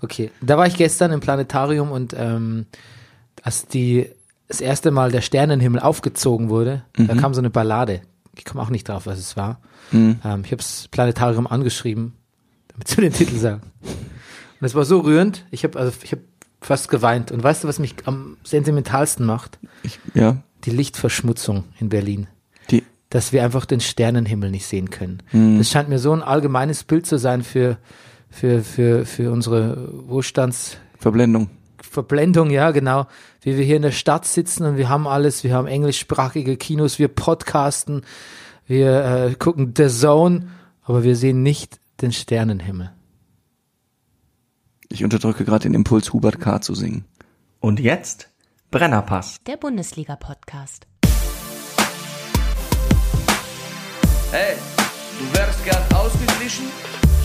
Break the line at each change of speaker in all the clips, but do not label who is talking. Okay, da war ich gestern im Planetarium und ähm, als die das erste Mal der Sternenhimmel aufgezogen wurde, da kam so eine Ballade. Ich komme auch nicht drauf, was es war.
Hm,
Ähm, ich habe das Planetarium angeschrieben, damit sie den Titel sagen. Und es war so rührend. Ich habe also ich habe fast geweint. Und weißt du, was mich am sentimentalsten macht?
Ja.
Die Lichtverschmutzung in Berlin
Die, Mhm.
dass wir einfach den Sternenhimmel nicht sehen können.
hm.
Das scheint mir so ein allgemeines Bild zu sein für, für, für, für unsere Wohlstandsverblendung,
Verblendung.
ja, genau. Wie wir hier in der Stadt sitzen und wir haben alles, wir haben englischsprachige Kinos, wir podcasten, wir äh, gucken The Zone, aber wir sehen nicht den Sternenhimmel.
Ich unterdrücke gerade den Impuls, Hubert K. zu singen.
Und jetzt Brennerpass.
Der Bundesliga-Podcast.
Hey, du wärst gern ausgeglichen?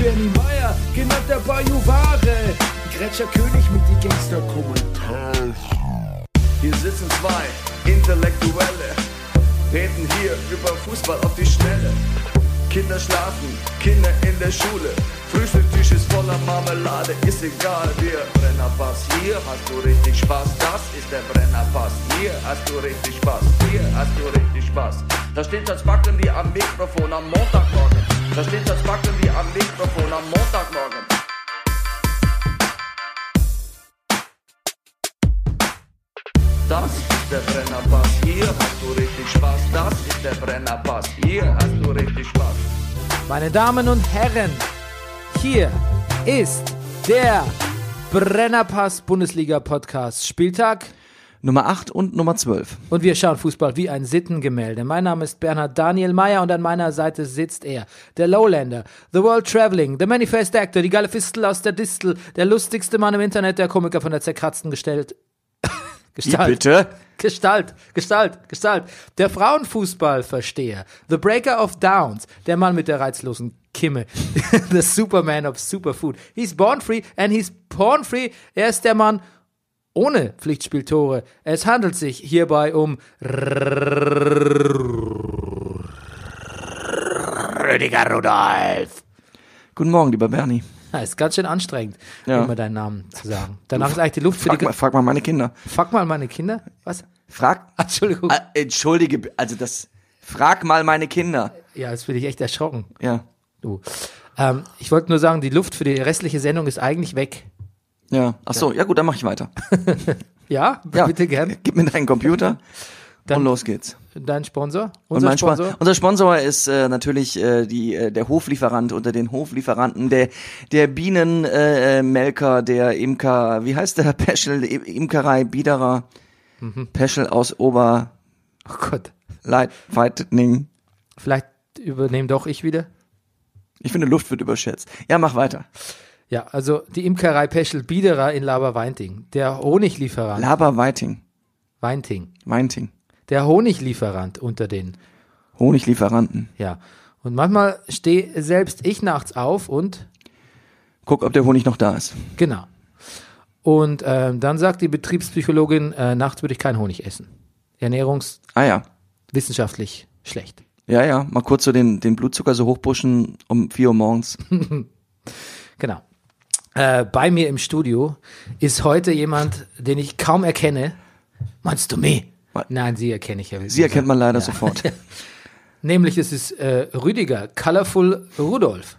Benny Meyer, genannt der Bayou Ware. Gretscher König mit die Gangster-Kommentare.
Hier sitzen zwei Intellektuelle, reden hier über Fußball auf die Schnelle. Kinder schlafen, Kinder in der Schule, Frühstücktisch ist voller Marmelade, ist egal, wir Brennerpass, hier hast du richtig Spaß, das ist der Brennerpass, hier hast du richtig Spaß, hier hast du richtig Spaß. Da steht das Backen wie am Mikrofon am Montagmorgen, da steht das Backen wie am Mikrofon am Montagmorgen. Das ist der Brennerpass, hier hast du richtig Spaß. Das ist der Brennerpass, hier hast du richtig Spaß.
Meine Damen und Herren, hier ist der Brennerpass Bundesliga Podcast Spieltag
Nummer 8 und Nummer 12.
Und wir schauen Fußball wie ein Sittengemälde. Mein Name ist Bernhard Daniel Meyer und an meiner Seite sitzt er. Der Lowlander, The World Traveling, The Manifest Actor, die geile Fistel aus der Distel, der lustigste Mann im Internet, der Komiker von der zerkratzten Gestalt. Gestalt. Gestalt, Gestalt, Gestalt. Der Frauenfußballversteher, The Breaker of Downs, der Mann mit der reizlosen Kimme, The Superman of Superfood. He's born free and he's porn free. Er ist der Mann ohne Pflichtspieltore. Es handelt sich hierbei um Rüdiger Rudolf.
Guten Morgen, lieber Bernie.
Das ist ganz schön anstrengend,
Ja.
immer deinen Namen zu sagen. Danach ist eigentlich die Luft für
Frag
die.
mal, frag mal meine Kinder.
Fuck mal meine Kinder. Was?
Frag.
Entschuldigung.
Ah, entschuldige, also das. Frag mal meine Kinder.
Ja, jetzt bin ich echt erschrocken.
Ja.
Du. Ähm, ich wollte nur sagen, die Luft für die restliche Sendung ist eigentlich weg.
Ja. Ach so, ja gut, dann mach ich weiter.
Ja,
Ja.
bitte gern.
Gib mir deinen Computer
Dann-
und los geht's.
Dein Sponsor?
Und
Unser
mein Sponsor?
Sponsor?
unser Sponsor ist äh, natürlich äh, die, äh, der Hoflieferant unter den Hoflieferanten, der, der Bienenmelker, äh, Melker, der Imker, wie heißt der Peschel, I- Imkerei, Biederer,
Mhm.
Peschel aus
Oh Gott.
Oberleitweitening.
Vielleicht übernehme doch ich wieder.
Ich finde, Luft wird überschätzt. Ja, mach weiter.
Ja, also die Imkerei Peschel Biederer in Laberweinting. Der Honiglieferant.
Laberweiting,
Weinting.
Weinting,
Der Honiglieferant unter den.
Honiglieferanten.
Ja. Und manchmal stehe selbst ich nachts auf und
Guck, ob der Honig noch da ist.
genau. Und ähm, dann sagt die Betriebspsychologin, äh, nachts würde ich keinen Honig essen. Ernährungswissenschaftlich
Ah ja.
schlecht.
Ja, ja, mal kurz so den, den Blutzucker so hochpushen um 4 Uhr morgens.
Genau. Äh, bei mir im Studio ist heute jemand, den ich kaum erkenne. Meinst du mich?
Was?
Nein, sie erkenne ich ja.
Sie erkennt man leider sofort.
Nämlich es ist äh, Rüdiger, Colorful Rudolf.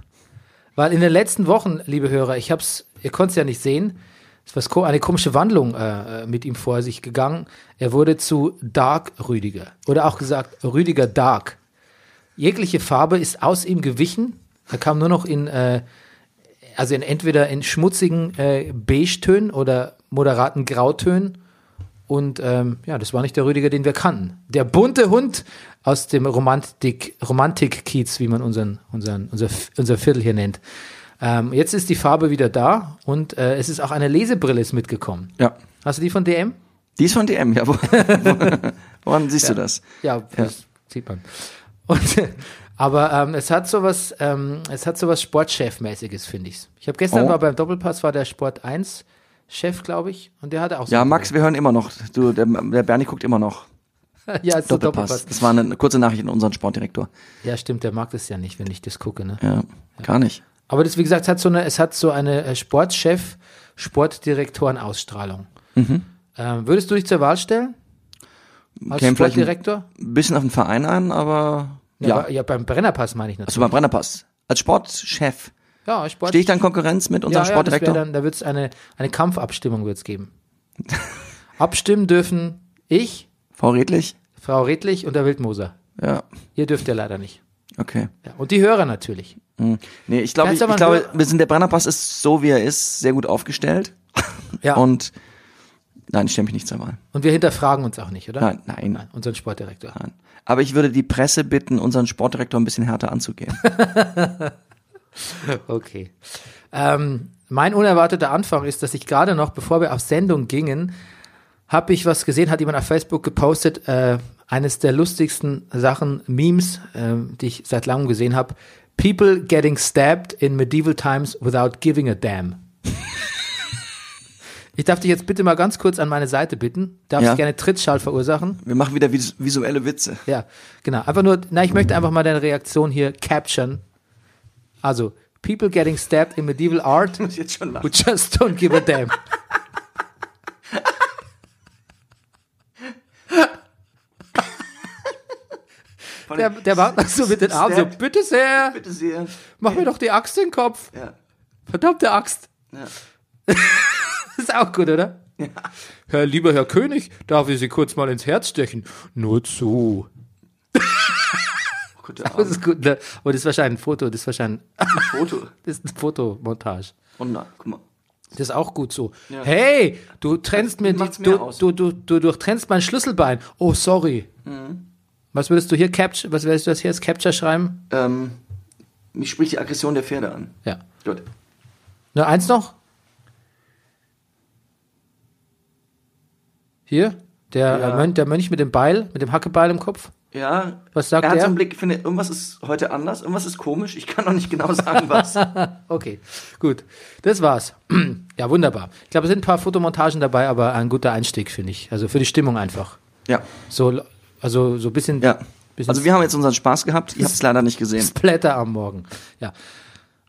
Weil in den letzten Wochen, liebe Hörer, ich hab's, ihr konnt's ja nicht sehen, ist was, ko- eine komische Wandlung äh, äh, mit ihm vor sich gegangen. Er wurde zu Dark Rüdiger. Oder auch gesagt, Rüdiger Dark. Jegliche Farbe ist aus ihm gewichen. Er kam nur noch in, äh, also in entweder in schmutzigen äh, Beige-Tönen oder moderaten Grautönen. Und ähm, ja, das war nicht der Rüdiger, den wir kannten. Der bunte Hund aus dem Romantik, Romantik-Kiez, wie man unseren, unseren, unser, unser Viertel hier nennt. Ähm, jetzt ist die Farbe wieder da und äh, es ist auch eine Lesebrille ist mitgekommen.
Ja.
Hast du die von DM?
Die ist von DM, ja. Wo- Woran siehst du das?
Ja, das sieht man. Und, aber ähm, es hat sowas, ähm, es hat sowas Sportchef-mäßiges, finde ich. Ich habe gestern
Oh.
war beim Doppelpass war der Sport 1 Chef, glaube ich, und der hatte auch so
Ja,
eine
Max, wir hören immer noch. Du, der, der Bernie guckt immer noch.
Brille. ja, es ist Doppelpass.
Doppelpass. Das war eine kurze Nachricht an unseren Sportdirektor.
Ja, stimmt, der mag das ja nicht, wenn ich das gucke, ne?
Ja, gar nicht.
Aber das, wie gesagt, es hat so eine, es hat so eine äh, Sportchef, Sportdirektoren-Ausstrahlung. Ähm, würdest du dich zur Wahl stellen? Als
Mhm. Käme vielleicht ein-
Sportdirektor?
Ein bisschen auf den Verein an, aber
Ja,
ja.
aber- ja, beim Brennerpass meine ich natürlich.
Also beim Brennerpass. Als Sportchef.
Ja, Sport.
Stehe ich dann Konkurrenz mit unserem
ja, ja, das wär
Sportdirektor?
dann, da wird es eine, eine Kampfabstimmung wird's geben. Abstimmen dürfen ich,
Frau Redlich?
Frau Redlich und der Wildmoser.
Ja,
Ihr dürft ja leider nicht.
okay.
Ja, und die Hörer natürlich.
Hm. Nee, ich glaube, ich,
Kannst aber
ich glaube,
nur-
wir sind, der Brennerpass ist so, wie er ist, sehr gut aufgestellt.
Ja, und,
Und nein, ich stelle mich nicht zur Wahl.
wir hinterfragen uns auch nicht, oder?
Nein, nein, nein.
Nein, unseren Sportdirektor.
Aber ich würde die Presse bitten, unseren Sportdirektor ein bisschen härter anzugehen.
Okay. Ähm, mein unerwarteter Anfang ist, dass ich gerade noch, bevor wir auf Sendung gingen, habe ich was gesehen, hat jemand auf Facebook gepostet, äh, eines der lustigsten Sachen, Memes, ähm, die ich seit langem gesehen habe. People getting stabbed in medieval times without giving a damn. ich darf dich jetzt bitte mal ganz kurz an meine Seite bitten. Darfst
Ja.
gerne Trittschall verursachen?
Wir machen wieder vis visuelle Witze.
Ja, genau. Einfach nur, na, ich möchte einfach mal deine Reaktion hier capturen. Also, people getting stabbed in medieval art
Jetzt schon
who just don't give a damn. Der, der war so mit den Armen so,
Stabbed.
bitte sehr,
Bitte sehr.
mach mir doch die Axt in den Kopf.
Ja.
Verdammte Axt.
Ja.
Ist auch gut, oder? Herr, lieber Herr König, darf ich Sie kurz mal ins Herz stechen? Nur zu.
Gute Abend.
Das ist gut, ne? Aber das ist wahrscheinlich ein Foto, das ist wahrscheinlich
Foto.
das ist ein Fotomontage.
Und na, guck mal.
Das ist auch gut so. Hey, du trennst mir,
Macht's
die,
mir
du,
aus.
du, du, du durchtrennst mein Schlüsselbein. Oh, sorry.
Mhm.
Was würdest du hier Capture, was würdest du das hier als Capture schreiben?
Ähm, mich spricht die Aggression der Pferde an.
Ja.
Gut.
Na, eins noch? Hier? Der,
Ja.
äh, Mönch, der Mönch mit dem Beil, mit dem Hackebeil im Kopf?
Ja.
Was sagt
er? Hat
der?
so einen Blick, ich finde, irgendwas ist heute anders, irgendwas ist komisch. Ich kann noch nicht genau sagen, was.
Okay, gut. Das war's. ja, wunderbar. Ich glaube, es sind ein paar Fotomontagen dabei, aber ein guter Einstieg, finde ich. Also für die Stimmung einfach.
ja.
So, also so ein bisschen,
Ja.
bisschen
Also wir haben jetzt unseren Spaß gehabt. Ihr habt es leider nicht gesehen.
Splatter am Morgen. Ja.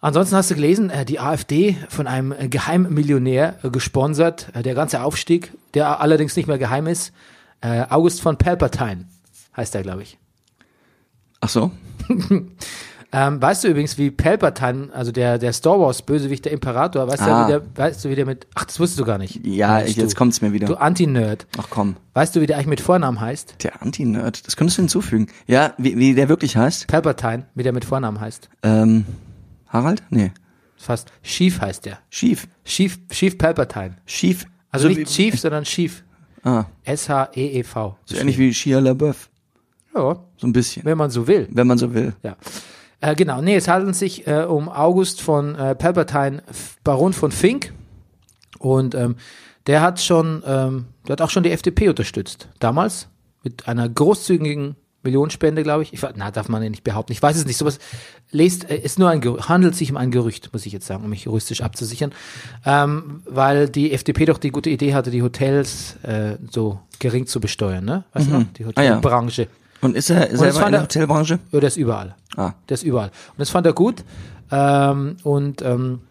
Ansonsten hast du gelesen, äh, die AfD von einem äh, Geheimmillionär äh, gesponsert, äh, der ganze Aufstieg, der allerdings nicht mehr geheim ist. Äh, August von Palpatine heißt er, glaube ich.
Ach so?
Ähm, weißt du übrigens, wie Palpatine, also der, der Star Wars Bösewicht, der Imperator, weißt,
Ah.
du, wie der, weißt du, wie der mit, ach, das wusstest du gar nicht.
Ja,
Mensch,
ich, jetzt
du-
kommt's mir wieder.
Du Anti-Nerd.
Ach komm.
Weißt du, wie der eigentlich mit Vornamen heißt?
Der Anti-Nerd. Das könntest du hinzufügen. Ja, wie, wie der wirklich heißt?
Palpatine, wie der mit Vornamen heißt.
Ähm, Harald? Nee.
Fast. Schief heißt der.
Schief.
Schief, Schief Palpatine.
Schief.
Also
so
nicht
wie,
Chief, sondern Schief.
Ah.
S-H-E-E-V.
so ähnlich wie Shia LaBeouf.
E Ja,
So ein bisschen.
wenn man so will.
Wenn man so will.
Ja. Äh, genau, nee, es handelt sich äh, um August von äh, Palpatine, F- Baron von Fink. Und ähm, der hat schon, ähm, der hat auch schon die FDP unterstützt. Damals mit einer großzügigen Millionenspende, glaube ich. ich. wa- Na, darf man ja nicht behaupten. Ich weiß es nicht. Sowas lest, äh, ist nur ein Gerü- handelt sich um ein Gerücht, muss ich jetzt sagen, um mich juristisch abzusichern. Ähm, weil die FDP doch die gute Idee hatte, die Hotels äh, so gering zu besteuern, ne? Weißt du noch? Die
Ah, ja.
Hotelbranche.
Und ist er
das
selber
war
in der
der-
Hotelbranche?
Ja, der ist überall.
Ah.
Der ist überall. Und das fand er gut. Ähm, und ähm,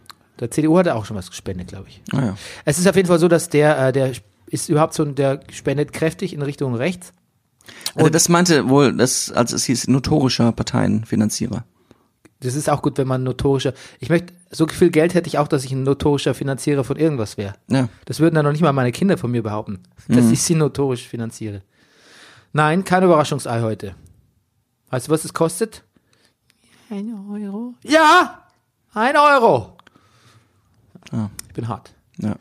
der CDU hat er auch schon was gespendet, glaube ich.
Naja.
Es ist auf jeden Fall so, dass der, äh, der ist überhaupt so, ein- der spendet kräftig in Richtung rechts.
Also das meinte wohl, das, als es hieß, notorischer Parteienfinanzierer.
Das ist auch gut, wenn man notorischer. Ich möchte, so viel Geld hätte ich auch, dass ich ein notorischer Finanzierer von irgendwas wäre.
Ja.
Das würden dann noch nicht mal meine Kinder von mir behaupten, dass ich sie notorisch finanziere. Nein, kein Überraschungsei heute. Weißt du, was es kostet? Ein Euro. Ja! Ein Euro!
Ja.
Ich bin hart.
ja.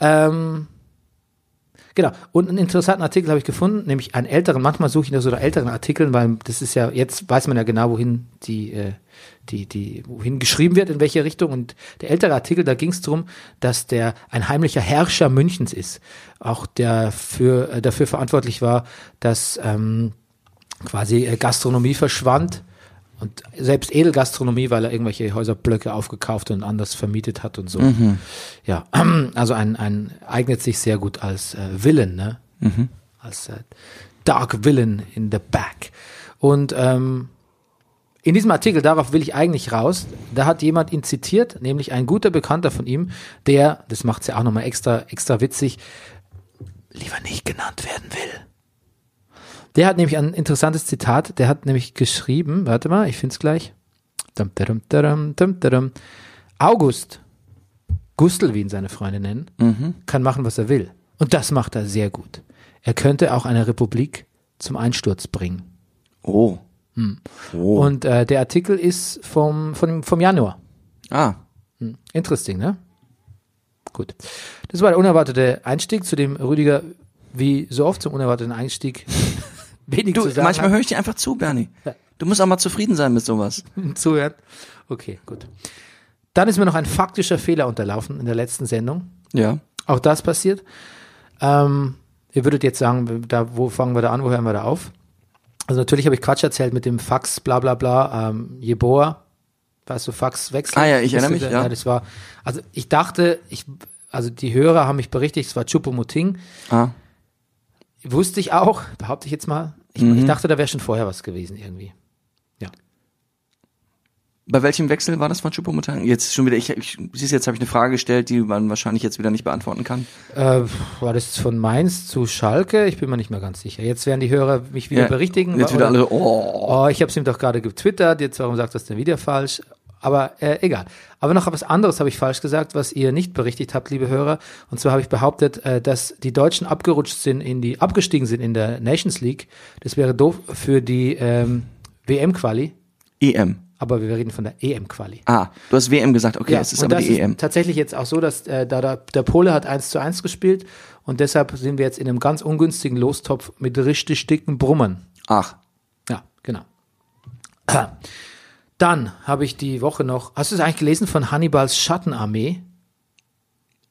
Ähm, Genau. Und einen interessanten Artikel habe ich gefunden, nämlich einen älteren. Manchmal suche ich nach so nach älteren Artikeln, weil das ist ja, jetzt weiß man ja genau, wohin die, äh, die, die, wohin geschrieben wird, in welche Richtung. Und der ältere Artikel, da ging es darum, dass der ein heimlicher Herrscher Münchens ist. Auch der für, äh, dafür verantwortlich war, dass ähm, quasi äh, Gastronomie verschwand. Und selbst Edelgastronomie, weil er irgendwelche Häuserblöcke aufgekauft und anders vermietet hat und so. Ja, also ein, ein eignet sich sehr gut als äh, Villain, ne? Als äh, Dark Villain in the Back. Und ähm, in diesem Artikel, darauf will ich eigentlich raus, da hat jemand ihn zitiert, nämlich ein guter Bekannter von ihm, der, das macht's ja auch nochmal extra, extra witzig, lieber nicht genannt werden will. Der hat nämlich ein interessantes Zitat, der hat nämlich geschrieben, warte mal, ich find's gleich. Dum, dum, dum, dum, dum. August, Gustl, wie ihn seine Freunde nennen,
Mhm.
kann machen, was er will. Und das macht er sehr gut. Er könnte auch eine Republik zum Einsturz bringen.
Oh. Oh.
Und äh, der Artikel ist vom, vom, vom Januar.
ah.
Interesting, ne? Gut. Das war der unerwartete Einstieg, zu dem Rüdiger, wie so oft zum unerwarteten Einstieg, wenig
Du,
zu sagen
manchmal
hat.
höre ich dir einfach zu, Bernie. Du musst auch mal zufrieden sein mit sowas.
zuhört. Okay, gut. Dann ist mir noch ein faktischer Fehler unterlaufen in der letzten Sendung.
Ja.
Auch das passiert. Ähm, ihr würdet jetzt sagen, da, wo fangen wir da an, wo hören wir da auf? Also natürlich habe ich Quatsch erzählt mit dem Fax, bla bla bla, ähm, Jeboa, weißt du, Faxwechsel.
Ah ja, ich erinnere
Bist du
mich,
da-
ja.
Das war, also ich dachte, ich, also die Hörer haben mich berichtigt, es war Chupomuting.
Ah.
Wusste ich auch, behaupte ich jetzt mal. Ich,
Mhm.
ich dachte, da wäre schon vorher was gewesen irgendwie.
Bei welchem Wechsel war das von Choupo-Moting? Jetzt schon wieder, ich, ich siehst du, jetzt habe ich eine Frage gestellt, die man wahrscheinlich jetzt wieder nicht beantworten kann.
Äh, war das von Mainz zu Schalke? Ich bin mir nicht mehr ganz sicher. Jetzt werden die Hörer mich wieder
Ja.
berichtigen.
Jetzt
wa-
wieder
oder-
alle, oh.
Oh, ich habe es ihm doch gerade getwittert. Jetzt warum sagt das denn wieder falsch? Aber äh, egal. Aber noch was anderes habe ich falsch gesagt, was ihr nicht berichtigt habt, liebe Hörer. Und zwar habe ich behauptet, äh, dass die Deutschen abgerutscht sind in die abgestiegen sind in der Nations League. Das wäre doof für die ähm, WM-Quali.
EM.
Aber wir reden von der EM-Quali.
Ah, du hast WM gesagt, okay, es ist
und
aber
das
die E EM.
Ist tatsächlich jetzt auch so, dass äh, da, da der Pole hat 1 zu 1 gespielt und deshalb sind wir jetzt in einem ganz ungünstigen Lostopf mit richtig dicken Brummern.
Ach,
Ja, genau. Dann habe ich die Woche noch, hast du es eigentlich gelesen von Hannibals Schattenarmee?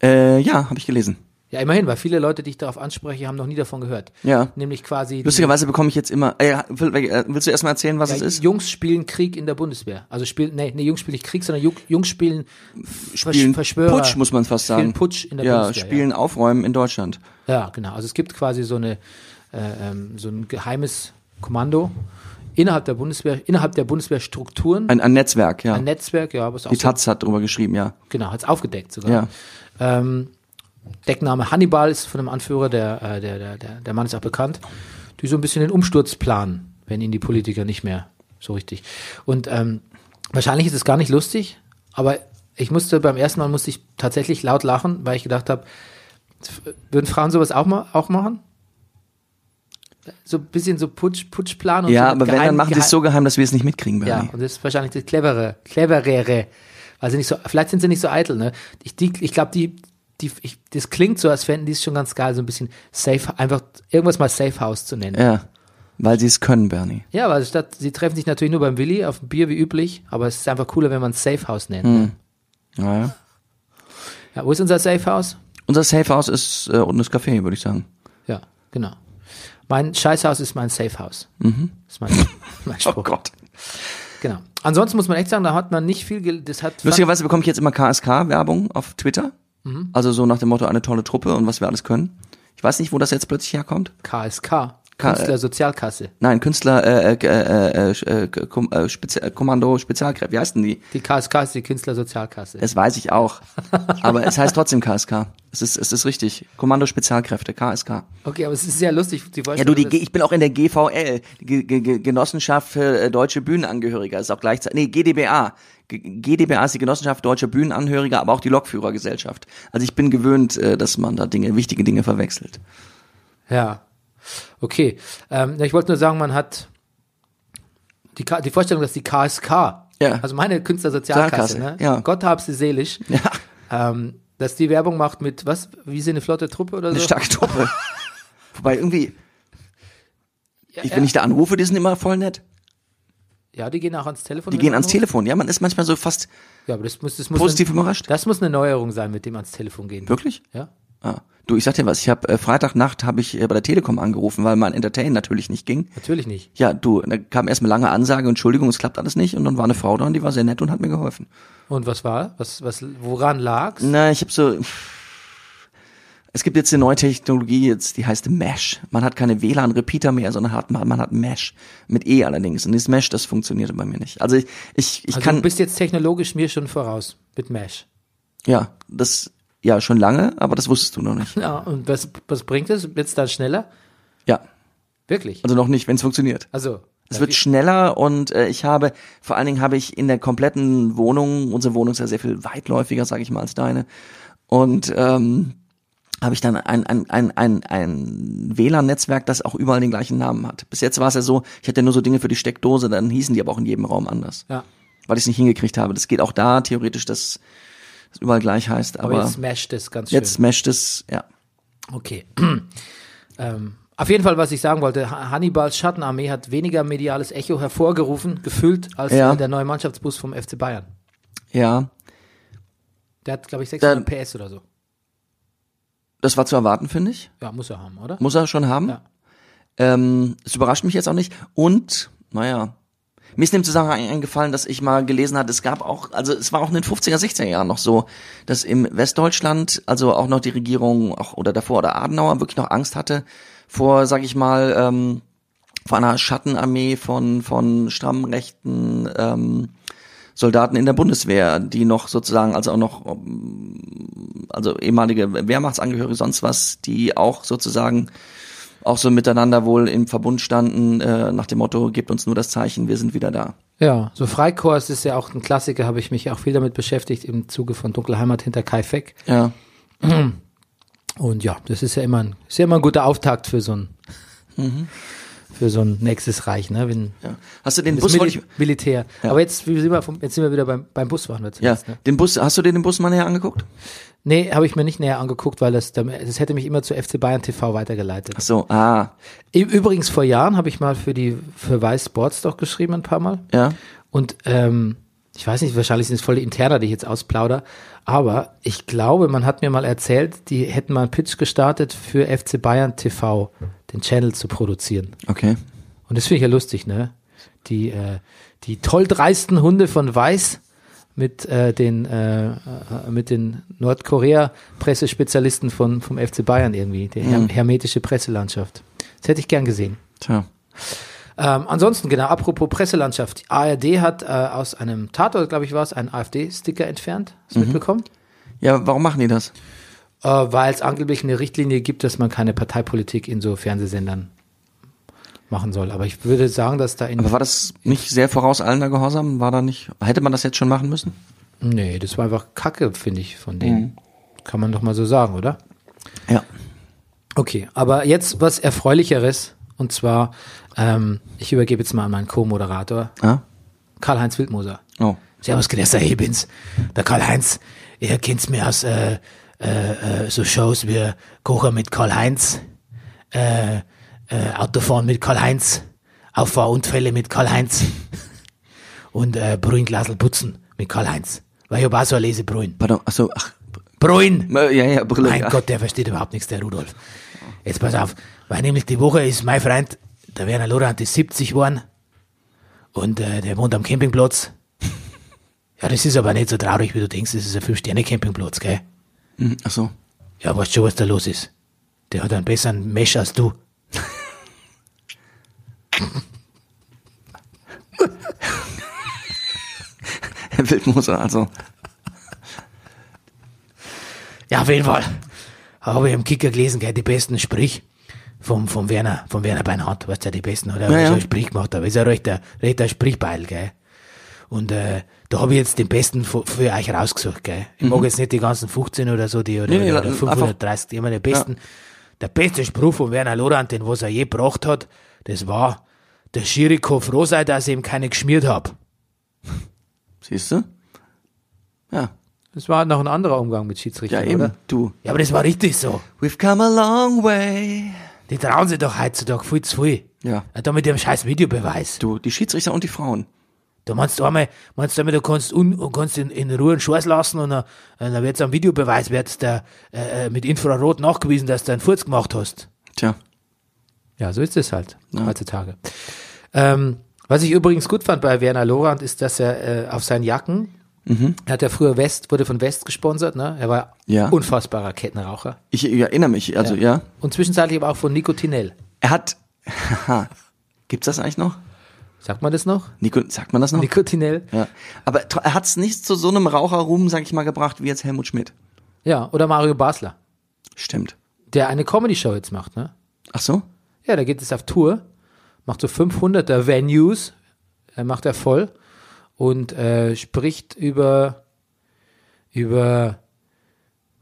äh, ja, habe ich gelesen.
Ja, immerhin, weil viele Leute, die ich darauf anspreche, haben noch nie davon gehört.
Ja.
Nämlich quasi die-
Lustigerweise bekomme ich jetzt immer, äh, ja, will, äh, willst du erstmal erzählen, was es
ja,
ist?
Jungs spielen Krieg in der Bundeswehr. Also spielen, nee, nee Jungs spielen nicht Krieg, sondern Ju- Jungs spielen, Versch
Spielen
Verschwörer.
Putsch, muss man fast
Spielen
sagen.
Putsch in der
ja,
Bundeswehr, ja.
spielen Aufräumen in Deutschland.
Ja, genau. Also es gibt quasi so, eine, äh, ähm, so ein geheimes Kommando innerhalb der Bundeswehr, innerhalb der Bundeswehrstrukturen.
Ein, ein Netzwerk, ja.
ein Netzwerk, ja, aber es ist auch
die
so,
Taz hat drüber geschrieben, ja.
genau, hat es aufgedeckt sogar.
Ja.
Ähm, Deckname Hannibal ist von einem Anführer, der, äh, der, der, der, der Mann ist auch bekannt, die so ein bisschen den Umsturz planen, wenn ihnen die Politiker nicht mehr so richtig. Und ähm, wahrscheinlich ist es gar nicht lustig, aber ich musste beim ersten Mal musste ich tatsächlich laut lachen, weil ich gedacht habe, würden Frauen sowas auch, ma auch machen? So ein bisschen so Putsch, Putschplan und
Ja,
so mit
aber wenn, dann
geheim-
machen sie es so geheim, dass wir es nicht mitkriegen,
ja,
Bernie.
und das ist wahrscheinlich das clevere, cleverere. Also nicht so, vielleicht sind sie nicht so eitel, ne? Ich, die, ich glaube, die, die, ich, das klingt so, als fänden die es schon ganz geil, so ein bisschen safe, einfach irgendwas mal Safe House zu nennen. Ja,
ja. Weil sie es können, Bernie.
weil statt, sie treffen sich natürlich nur beim Willi auf dem Bier wie üblich, aber es ist einfach cooler, wenn man es Safe House nennt.
Hm. Ja, ja.
Ja, wo ist unser Safe House?
Unser Safe House ist äh, unten das Café, würde ich sagen.
Ja, genau. Mein Scheißhaus ist mein Safe House. Das ist mein, mein Spruch.
Mhm. Oh Gott.
Genau. Ansonsten muss man echt sagen, da hat man nicht viel, gel- das hat,
Lustigerweise bekomme ich jetzt immer KSK-Werbung auf Twitter. Also so nach dem Motto, eine tolle Truppe und was wir alles können. Ich weiß nicht, wo das jetzt plötzlich herkommt.
KSK,
K-
Künstler Sozialkasse.
Nein, Künstler, äh, äh, äh, äh, äh, Kom äh Spezi Kommando, Spezialkräfte, wie heißen die?
Die KSK ist die Künstler Sozialkasse.
Das weiß ich auch. Aber es heißt trotzdem KSK. Es ist, es ist richtig. Kommando Spezialkräfte, KSK.
Okay, aber es ist sehr lustig, die Vorstellung.
Ja, du, die,
dass-
G- ich bin auch in der GVL, G G G Genossenschaft für äh, deutsche Bühnenangehöriger, ist auch gleichzeitig, nee, GDBA. G GDBA ist die Genossenschaft deutscher Bühnenangehöriger, aber auch die Lokführergesellschaft. Also ich bin gewöhnt, äh, dass man da Dinge, wichtige Dinge verwechselt.
Ja. Okay. Ähm, ja, ich wollte nur sagen, man hat die, K die Vorstellung, dass die KSK,
Ja.
also meine Künstlersozialkasse,
Sozialkasse,
ne?
ja.
Gott hab sie seelisch,
Ja.
ähm, dass die Werbung macht mit, was, wie sie eine flotte Truppe oder so?
Eine starke Truppe. Wobei irgendwie,
ja,
ich, wenn ich da anrufe, die sind immer voll nett.
ja, die gehen auch ans Telefon.
Die
wenn
gehen
man
ans
anruft.
Telefon. Ja, man ist manchmal so fast
Ja, aber das muss, das muss
positiv
eine,
überrascht.
Das muss eine Neuerung sein, mit dem ans Telefon gehen.
Wirklich?
Ja.
Ah. Du, ich sag dir was, ich habe äh, Freitagnacht habe ich äh, bei der Telekom angerufen, weil mein Entertain natürlich nicht ging.
Natürlich nicht.
Ja, du, da kam erstmal lange Ansage, Entschuldigung, es klappt alles nicht und dann war eine Frau da und die war sehr nett und hat mir geholfen.
Und was war? Was, was, woran lag's?
Na, ich habe so. Es gibt jetzt eine neue Technologie, jetzt die heißt Mesh. Man hat keine WLAN-Repeater mehr, sondern hat, man, man hat Mesh. Mit E allerdings. Und dieses Mesh, das funktionierte bei mir nicht. Also ich, ich, ich
also
kann.
du bist jetzt technologisch mir schon voraus mit Mesh.
ja, das. Ja, schon lange, aber das wusstest du noch nicht.
Ja, und was, was bringt es? Wird's dann schneller?
Ja,
Wirklich?
also noch nicht, wenn es funktioniert.
Also,
Es
na,
wird
wie-
schneller und äh, ich habe, vor allen Dingen habe ich in der kompletten Wohnung, unsere Wohnung ist ja sehr viel weitläufiger, sage ich mal, als deine. Und ähm, habe ich dann ein, ein, ein, ein, ein WLAN-Netzwerk, das auch überall den gleichen Namen hat. Bis jetzt war es ja so, ich hatte nur so Dinge für die Steckdose, dann hießen die aber auch in jedem Raum anders.
ja.
Weil ich es nicht hingekriegt habe. Das geht auch da theoretisch, dass es überall gleich heißt.
Aber,
Aber,
jetzt smasht es ganz schön.
jetzt mesht es, ja.
Okay. ähm, auf jeden Fall, was ich sagen wollte, Ha- Hannibals Schattenarmee hat weniger mediales Echo hervorgerufen, gefühlt, als
Ja.
äh, der neue Mannschaftsbus vom FC Bayern.
Ja,
Der hat, glaube ich, 600
Dann-
PS oder so.
das war zu erwarten, finde ich.
Ja, muss er haben, oder?
Muss er schon haben.
Ja.
Ähm, es überrascht mich jetzt auch nicht. Und, naja, mir ist in dem Zusammenhang eingefallen, dass ich mal gelesen hatte, es gab auch, also es war auch in den 50er, 60er Jahren noch so, dass im Westdeutschland, also auch noch die Regierung auch, oder davor oder Adenauer wirklich noch Angst hatte vor, sag ich mal, ähm, vor einer Schattenarmee von, von stramm rechten ähm, Soldaten in der Bundeswehr, die noch sozusagen, also auch noch ähm, also ehemalige Wehrmachtsangehörige, sonst was, die auch sozusagen auch so miteinander wohl im Verbund standen, äh, nach dem Motto, gebt uns nur das Zeichen, wir sind wieder da.
Ja, so Freikorps ist ja auch ein Klassiker, habe ich mich auch viel damit beschäftigt im Zuge von Dunkle Heimat hinter Kai Feck.
Ja.
Und ja, das ist ja immer ein, ist ja immer ein guter Auftakt für so ein,
Mhm.
für so ein nächstes Reich, ne? Wenn,
ja. Hast du den
das
Bus wollte
Mil
ich,
Militär.
Ja.
Aber jetzt, wie sind wir vom, jetzt sind wir wieder beim, beim Busfahren. wir
ja,
zuletzt, Ne?
den Bus, hast du dir den Bus mal näher angeguckt?
Nee, habe ich mir nicht näher angeguckt, weil das, das hätte mich immer zu FC Bayern TV weitergeleitet.
Ach so, ah,
Ü- Übrigens, vor Jahren habe ich mal für die für Weiß Sports doch geschrieben, ein paar Mal.
ja.
Und ähm, ich weiß nicht, wahrscheinlich sind es voll die Interner, die ich jetzt ausplauder, aber ich glaube, man hat mir mal erzählt, die hätten mal einen Pitch gestartet für FC Bayern TV, den Channel zu produzieren.
Okay.
Und das finde ich ja lustig, ne? Die, äh, die toll dreisten Hunde von Weiß mit äh, den, äh, äh, mit den Nordkorea-Pressespezialisten von, vom FC Bayern irgendwie, die her hermetische Presselandschaft. Das hätte ich gern gesehen.
Tja.
Ähm, ansonsten, genau, apropos Presselandschaft. Die ARD hat äh, aus einem Tatort, glaube ich, war es, einen AfD-Sticker entfernt. Hast du mitbekommen?
Ja, warum machen die das?
Äh, Weil es angeblich eine Richtlinie gibt, dass man keine Parteipolitik in so Fernsehsendern machen soll. Aber ich würde sagen, dass da in.
Aber war das nicht sehr vorauseilender Gehorsam? War da nicht, hätte man das jetzt schon machen müssen?
nee, das war einfach Kacke, finde ich, von denen. Kann man doch mal so sagen, oder?
Ja.
Okay, aber jetzt was Erfreulicheres. Und zwar, ähm, ich übergebe jetzt mal an meinen Co-Moderator,
Ah?
Karl-Heinz Wildmoser.
Oh.
Servus, Knester, hier bin's. Der Karl-Heinz, ihr kennt's mir aus äh, äh, äh, so Shows wie Kocher mit Karl-Heinz, äh, äh, Autofahren mit Karl-Heinz, Auffahrunfälle mit Karl-Heinz und äh, Brühenglasel putzen mit Karl-Heinz. Weil ich hab auch so eine Lesebrühen.
Pardon, ach so, ach. äh,
Brühen!
Ja, ja, Brille.
Mein
ja.
Gott, der versteht überhaupt nichts, der Rudolf. Jetzt pass auf, weil nämlich die Woche ist mein Freund, der Werner Lorand, ist 70 geworden und äh, der wohnt am Campingplatz. Ja, das ist aber nicht so traurig, wie du denkst, das ist ein Fünf-Sterne-Campingplatz, gell?
Hm, Ach so.
Ja, weißt schon, was da los ist. Der hat einen besseren Mesh als du.
Herr Wildmoser, also.
Ja, auf jeden Fall. Habe ich im Kicker gelesen, gell, die besten Sprich vom, vom Werner, vom Werner Beinhardt, weißt du, die besten, oder?
Ja,
Ja,
ja.
ja. Sprich gemacht, aber ist ja recht ein rechter Sprichbeil, gell. Und, äh, da habe ich jetzt den besten für, für euch rausgesucht, gell. Ich mag jetzt nicht die ganzen 15 oder so, die, oder,
Nee, nee,
oder,
la-
oder 530, die immer den besten. Der beste Spruch von Werner Lorand, den was er je gebracht hat, das war, der Schiriko froh sei, dass ich ihm keine geschmiert hab.
Siehst du? Ja.
Das war noch ein anderer Umgang mit
Ja,
Schiedsrichtern,
eben,
oder?
du.
Ja, aber das war richtig so.
We've come a long way.
Die trauen sich doch heutzutage viel zu viel.
Ja.
Ja, Da mit dem scheiß Videobeweis.
Du, die Schiedsrichter und die Frauen.
Du meinst du einmal, meinst du einmal, du kannst, un, und kannst in, in Ruhe einen Scheiß lassen und dann, äh, dann wird's am Videobeweis wird's der, äh, äh, mit Infrarot nachgewiesen, dass du einen Furz gemacht hast.
Tja,
Ja, so ist es halt heutzutage. Ähm, was ich übrigens gut fand bei Werner Lorand ist, dass er äh, auf seinen Jacken, er hat ja früher West, wurde von West gesponsert, ne? Er war
Ja.
unfassbarer Kettenraucher.
ich, ich erinnere mich, also ja.
Und zwischenzeitlich aber auch von Nicotinell.
Er hat, haha, gibt's das eigentlich noch?
Sagt man das noch?
Nico, sagt man das noch?
Nicotinell?
Ja. Aber tr- er hat's nicht zu so einem Raucherruhm, sag ich mal, gebracht, wie jetzt Helmut Schmidt.
Ja, oder Mario Basler,
Stimmt.
der eine Comedy-Show jetzt macht, ne?
Ach so?
Ja, da geht es auf Tour, macht so 500er Venues, äh, macht er voll und äh, spricht über, über,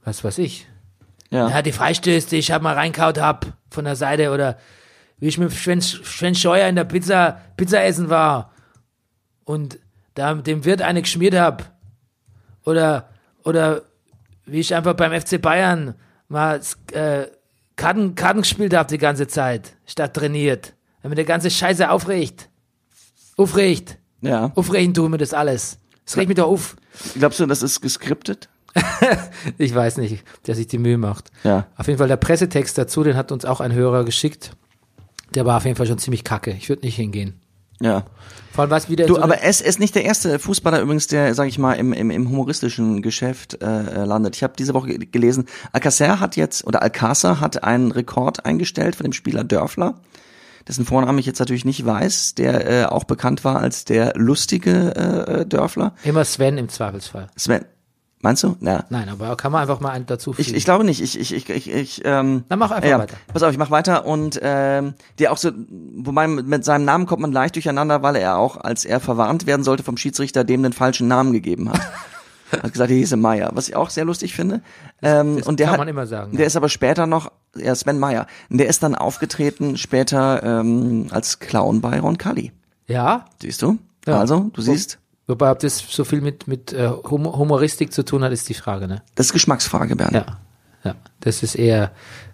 was weiß ich,
Ja.
Ja, die Freistöße, die ich hab mal reinkaut hab von der Seite oder wie ich mit Sven, Sven Scheuer in der Pizza, Pizza essen war und da dem Wirt eine geschmiert hab oder oder wie ich einfach beim FC Bayern mal äh, Karten, Karten gespielt hab die ganze Zeit statt trainiert, wenn mir der ganze Scheiße aufregt, aufregt,
ja.
aufregen tut mir das alles, es regt mich doch auf.
Glaubst du, das ist geskriptet?
Ich weiß nicht, der sich die Mühe macht.
Ja.
Auf jeden Fall der Pressetext dazu, den hat uns auch ein Hörer geschickt. Der war auf jeden Fall schon ziemlich kacke. Ich würde nicht hingehen.
Ja.
Vor allem was wieder.
Du,
so
aber es ist nicht der erste Fußballer übrigens, der, sag ich mal, im, im, im humoristischen Geschäft äh, äh, landet. Ich habe diese Woche ge- gelesen, Alcacer hat jetzt, oder Alcázar hat einen Rekord eingestellt von dem Spieler Dörfler, dessen Vornamen ich jetzt natürlich nicht weiß, der äh, auch bekannt war als der lustige äh, äh, Dörfler.
immer Sven im Zweifelsfall.
Sven, meinst du? Na,
Nein, aber kann man einfach mal einen dazu
Ich, ich glaube nicht. Ich, ich, ich, ich, ich ähm,
Hm. Dann mach einfach weiter.
Pass auf, ich mach weiter und ähm, der auch so, wobei mit mit seinem Namen kommt man leicht durcheinander, weil er auch, als er verwarnt werden sollte vom Schiedsrichter, dem den falschen Namen gegeben hat. hat gesagt, er hieße Meier, was ich auch sehr lustig finde. Ähm,
das
und der
kann
hat,
man immer sagen,
Der
ja.
ist aber später noch, ja, Sven Meier, und der ist dann aufgetreten später ähm, als Clown bei Ron Cully.
ne? ja,
Siehst du?
Ja. Oh.
Also, du siehst,
wobei ob das so viel mit, mit äh, Hum Humoristik zu tun hat, ist die Frage, ne?
das ist Geschmacksfrage, Bernd.
Ja. Ja. Das ist eher,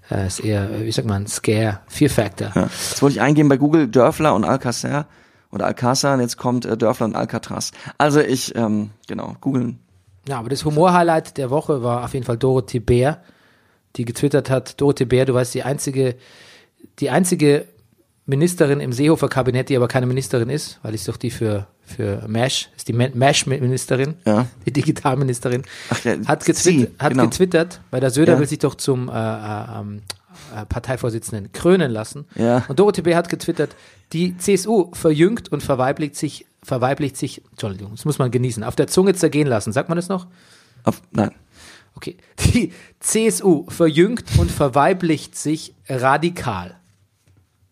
äh, ist eher, äh, wie sagt man, Scare, Fear Factor.
Ja. Jetzt wollte ich eingeben bei Google Dörfler und Alcacer oder Alcázar und jetzt kommt äh, Dörfler und Alcatraz. Also ich, ähm, genau, googeln.
Ja, aber das Humor-Highlight der Woche war auf jeden Fall Dorothee Bär, die getwittert hat, Dorothee Bär, du weißt, die einzige, die einzige Ministerin im Seehofer Kabinett, die aber keine Ministerin ist, weil ist doch die für, für MASH, ist die MASH-Ministerin,
Ja.
die Digitalministerin,
Ach ja,
hat,
sie,
getwittert, hat
genau.
getwittert, weil der Söder
Ja.
will sich doch zum äh, äh, ähm, äh, Parteivorsitzenden krönen lassen.
Ja.
Und Dorothee Bär hat getwittert, die CSU verjüngt und verweiblicht sich, verweiblicht sich, Entschuldigung, das muss man genießen, auf der Zunge zergehen lassen. Sagt man das noch?
Auf, nein.
Okay. Die CSU verjüngt und verweiblicht sich radikal.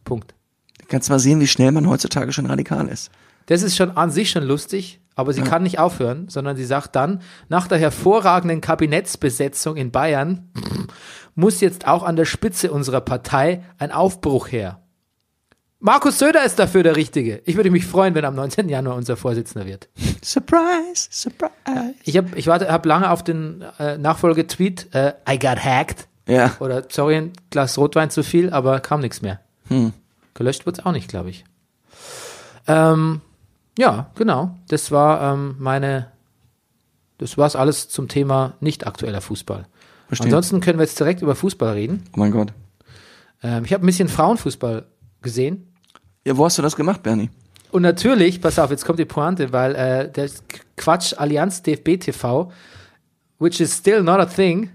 Punkt.
Kannst mal sehen, wie schnell man heutzutage schon radikal ist.
Das ist schon an sich schon lustig, aber sie kann nicht aufhören, sondern sie sagt dann, nach der hervorragenden Kabinettsbesetzung in Bayern muss jetzt auch an der Spitze unserer Partei ein Aufbruch her. Markus Söder ist dafür der Richtige. Ich würde mich freuen, wenn er am 19. Januar unser Vorsitzender wird.
Surprise, surprise.
Ich habe ich warte, hab lange auf den äh, Nachfolgetweet äh, I got hacked
Ja,
Oder, sorry, ein Glas Rotwein zu viel, aber kam nichts mehr. Gelöscht wurde es auch nicht, glaube ich. Ähm, ja, genau. Das war ähm, meine. Das war's alles zum Thema nicht aktueller Fußball.
Verstehe.
Ansonsten können wir jetzt direkt über Fußball reden.
oh mein Gott.
Ähm, ich habe ein bisschen Frauenfußball gesehen.
Ja, wo hast du das gemacht, Bernie?
Und natürlich, pass auf, jetzt kommt die Pointe, weil äh, der Quatsch Allianz DFB TV, which is still not a thing,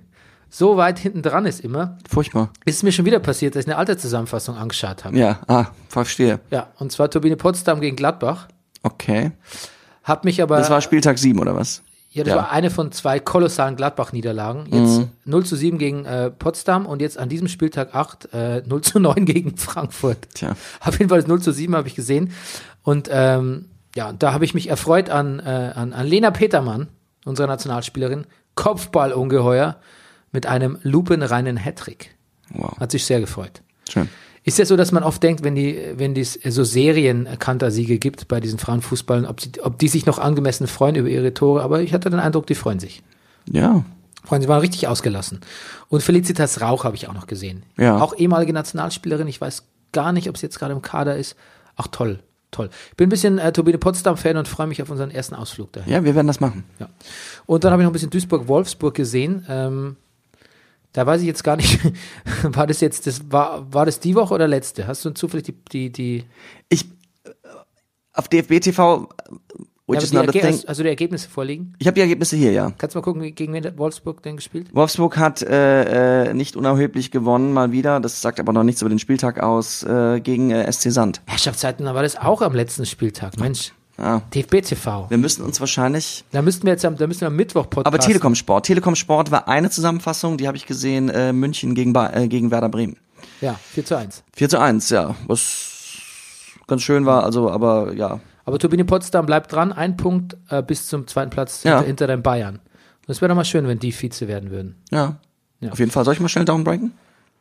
so weit hinten dran ist immer.
Furchtbar.
Ist mir schon wieder passiert, dass ich eine alte Zusammenfassung angeschaut habe. Ja.
Ja, ah, verstehe.
und zwar Turbine Potsdam gegen Gladbach.
Okay.
Hab mich aber.
Das war Spieltag 7 oder was?
ja, das
ja. Mhm.
war eine von zwei kolossalen Gladbach-Niederlagen. Jetzt 0 zu 7 gegen äh, Potsdam und jetzt an diesem Spieltag 8 äh, 0 zu 9 gegen Frankfurt.
Tja.
Auf jeden Fall das 0 zu 7 habe ich gesehen. Und ähm, ja, und da habe ich mich erfreut an, äh, an, an Lena Petermann, unserer Nationalspielerin. Kopfballungeheuer mit einem lupenreinen Hattrick.
Wow.
Hat sich sehr gefreut.
Schön.
Ist ja so, dass man oft denkt, wenn die, wenn es so Serienkantersiege gibt bei diesen Frauenfußballern, ob, sie, ob die sich noch angemessen freuen über ihre Tore, aber ich hatte den Eindruck, die freuen sich.
Ja.
Freunde, sie waren richtig ausgelassen. Und Felicitas Rauch habe ich auch noch gesehen.
Ja.
Auch ehemalige Nationalspielerin. Ich weiß gar nicht, ob sie jetzt gerade im Kader ist. Ach, toll, toll. Ich bin ein bisschen äh, Turbine Potsdam-Fan und freue mich auf unseren ersten Ausflug dahin.
Ja, wir werden das machen.
Ja. Und dann habe ich noch ein bisschen Duisburg-Wolfsburg gesehen. Ähm, da weiß ich jetzt gar nicht, war das jetzt, das war, war das die Woche oder letzte? Hast du zufällig die, die, die,
Ich äh, auf DFB TV, äh, which is
die
not a
Erge
thing.
also die Ergebnisse vorliegen?
Ich habe die Ergebnisse hier, ja.
Kannst du mal gucken, wie- gegen wen hat Wolfsburg denn gespielt?
Wolfsburg hat äh, äh, nicht unerheblich gewonnen, mal wieder. Das sagt aber noch nichts über den Spieltag aus äh, gegen äh, SC Sand.
Herrschaftszeiten, da war das auch am letzten Spieltag. Mensch,
Ja.
DFB TV.
Wir müssen uns wahrscheinlich.
Da müssten wir jetzt am, da müssen wir am Mittwoch podcasten.
Aber Telekom Sport. Telekom Sport war eine Zusammenfassung, die habe ich gesehen, äh, München gegen, ba äh, gegen Werder Bremen.
Ja, 4 zu 1.
4 zu 1, ja. Was ganz schön war, also, aber ja.
Aber Turbine Potsdam bleibt dran, ein Punkt äh, bis zum zweiten Platz
Ja.
hinter, hinter den Bayern. Und es wäre doch mal schön, wenn die Vize werden würden.
Ja.
Ja.
Auf jeden Fall. Soll ich mal schnell downbreaken?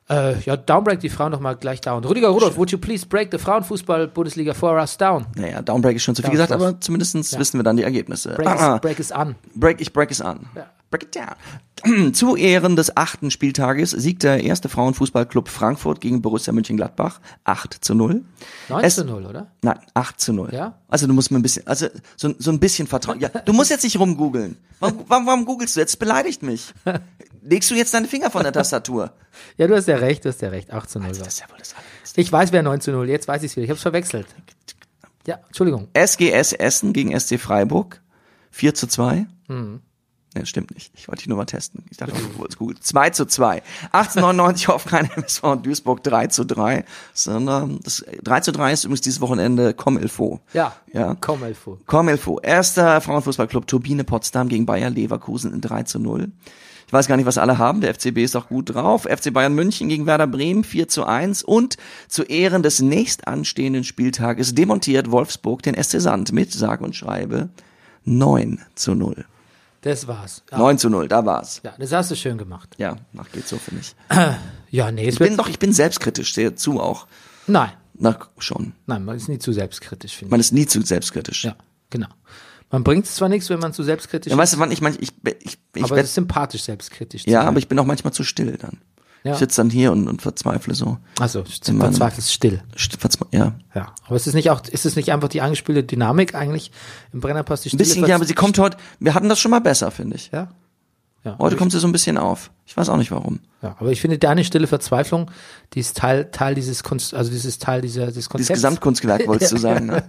Äh, ja, down break die Frauen noch mal gleich down. Rüdiger Rudolph, would you please break the Frauenfußball-Bundesliga for us down?
Naja, Downbreak ist schon zu viel
Down
gesagt,
first.
aber zumindestens wissen wir dann die Ergebnisse.
Break,
Ah, ah.
is, break is an.
break, ich break es an.
Ja.
Break it down. Zu Ehren des achten Spieltages siegt der erste Frauenfußballclub Frankfurt gegen Borussia Mönchengladbach 8 zu 0.
9
Es-
zu 0, oder?
Nein, 8 zu 0.
Ja?
Also du musst mir ein bisschen, also so, so ein bisschen vertrauen. Ja, du musst jetzt nicht rumgoogeln. Warum, warum, warum googelst du jetzt? Das Beleidigt mich. Legst du jetzt deine Finger von der Tastatur?
Ja, du hast ja recht, du hast ja recht. 8 zu 0 war.
Das ist ja wohl das allerletzte.
Ich weiß, wer 9 zu 0, jetzt weiß ich es wieder. Ich hab's verwechselt. Ja, Entschuldigung.
SGS Essen gegen SC Freiburg 4 zu 2. Ne, stimmt nicht. Ich wollte dich nur mal testen. Ich dachte, du wolltest googeln. 2 zu 2. 1899 Hoffenheim MSV und Duisburg 3 zu 3. Sondern das 3 zu 3 ist übrigens dieses Wochenende Comelfo.
Ja,
Ja.
komm, Elfo.
Comelfo. Erster Frauenfußballclub Turbine Potsdam gegen Bayer Leverkusen in 3 zu 0. Ich weiß gar nicht, was alle haben. Der FCB ist auch gut drauf. FC Bayern München gegen Werder Bremen 4 zu 1. Und zu Ehren des nächstanstehenden Spieltages demontiert Wolfsburg den SC Sand mit sage und schreibe 9 zu 0.
Das war's. Ja.
9 zu 0, da war's.
ja, das hast du schön gemacht.
Ja, nach geht's so, finde ich.
Ja, nee, es
Ich bin
wird.
doch, ich bin selbstkritisch, sehe zu auch.
Nein,
Na, schon.
nein, man ist nie zu selbstkritisch, finde
Man ist nie zu selbstkritisch.
ich. Ja, genau. Man bringt es zwar nichts, wenn man zu selbstkritisch
Ja,
ist,
weißt du, wann ich, manch- ich, ich, ich, ich
aber
werd-
es ist sympathisch, selbstkritisch zu
Ja,
sein.
aber ich bin auch manchmal zu still dann.
Ja.
Ich sitze dann hier und, und verzweifle so.
Also,
In meinem-
verzweifelt still.
St- verzwe- Ja.
Ja, aber es ist nicht auch, ist es nicht einfach die angespielte Dynamik eigentlich im Brennerpass? Die
Ein bisschen, ja, aber sie kommt heute, wir hatten das schon mal besser, finde ich.
Ja. Ja,
Heute kommt sie so ein bisschen auf. Ich weiß auch nicht warum.
ja, aber ich finde deine stille Verzweiflung, die ist Teil, Teil dieses Kunst, also dieses Teil dieser, dieses
Dieses
Konzepts.
Gesamtkunstwerk wolltest du sagen. Ne?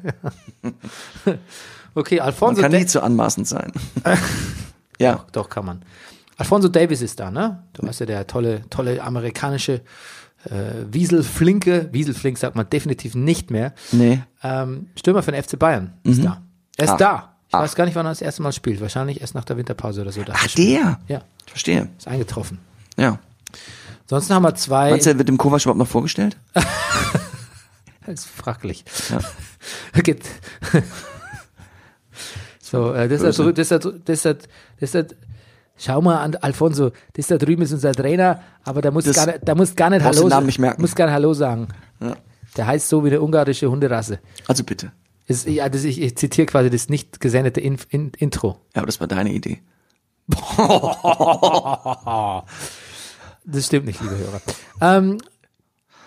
okay,
Man
Alfonso,
kann nie
Davis.
zu anmaßend sein. ja,
doch kann man. Alfonso Davis ist da, ne? Du weißt ja, der tolle, tolle amerikanische äh, Wieselflinke, Wieselflink sagt man definitiv nicht mehr.
nee.
Ähm, Stürmer für den FC Bayern ist da. Er ist
Mhm. Ach.
da. Ich
Ach.
weiß gar nicht, wann er das erste Mal spielt. Wahrscheinlich erst nach der Winterpause oder so.
Ach, der.
Ja,
Ich verstehe.
ist eingetroffen.
Ja.
Ansonsten haben wir zwei.
Meinst du, der wird dem Kovac überhaupt noch vorgestellt?
Das ist fraglich.
Ja.
Geht. so, äh, das, da drü- das, da drü- das, da, das da, schau mal an Alfonso, das da drüben ist unser Trainer, aber da muss
Das-
gar nicht, da muss gar nicht
Brauchst
Hallo
den Namen
sa-
nicht merken.
Muss gar nicht Hallo sagen.
Ja.
Der heißt so wie eine ungarische Hunderasse.
Also bitte.
Das, ja, das, ich, ich zitiere quasi das nicht gesendete Inf, in, Intro.
Ja, aber das war deine Idee.
Das stimmt nicht, liebe Hörer. Ähm,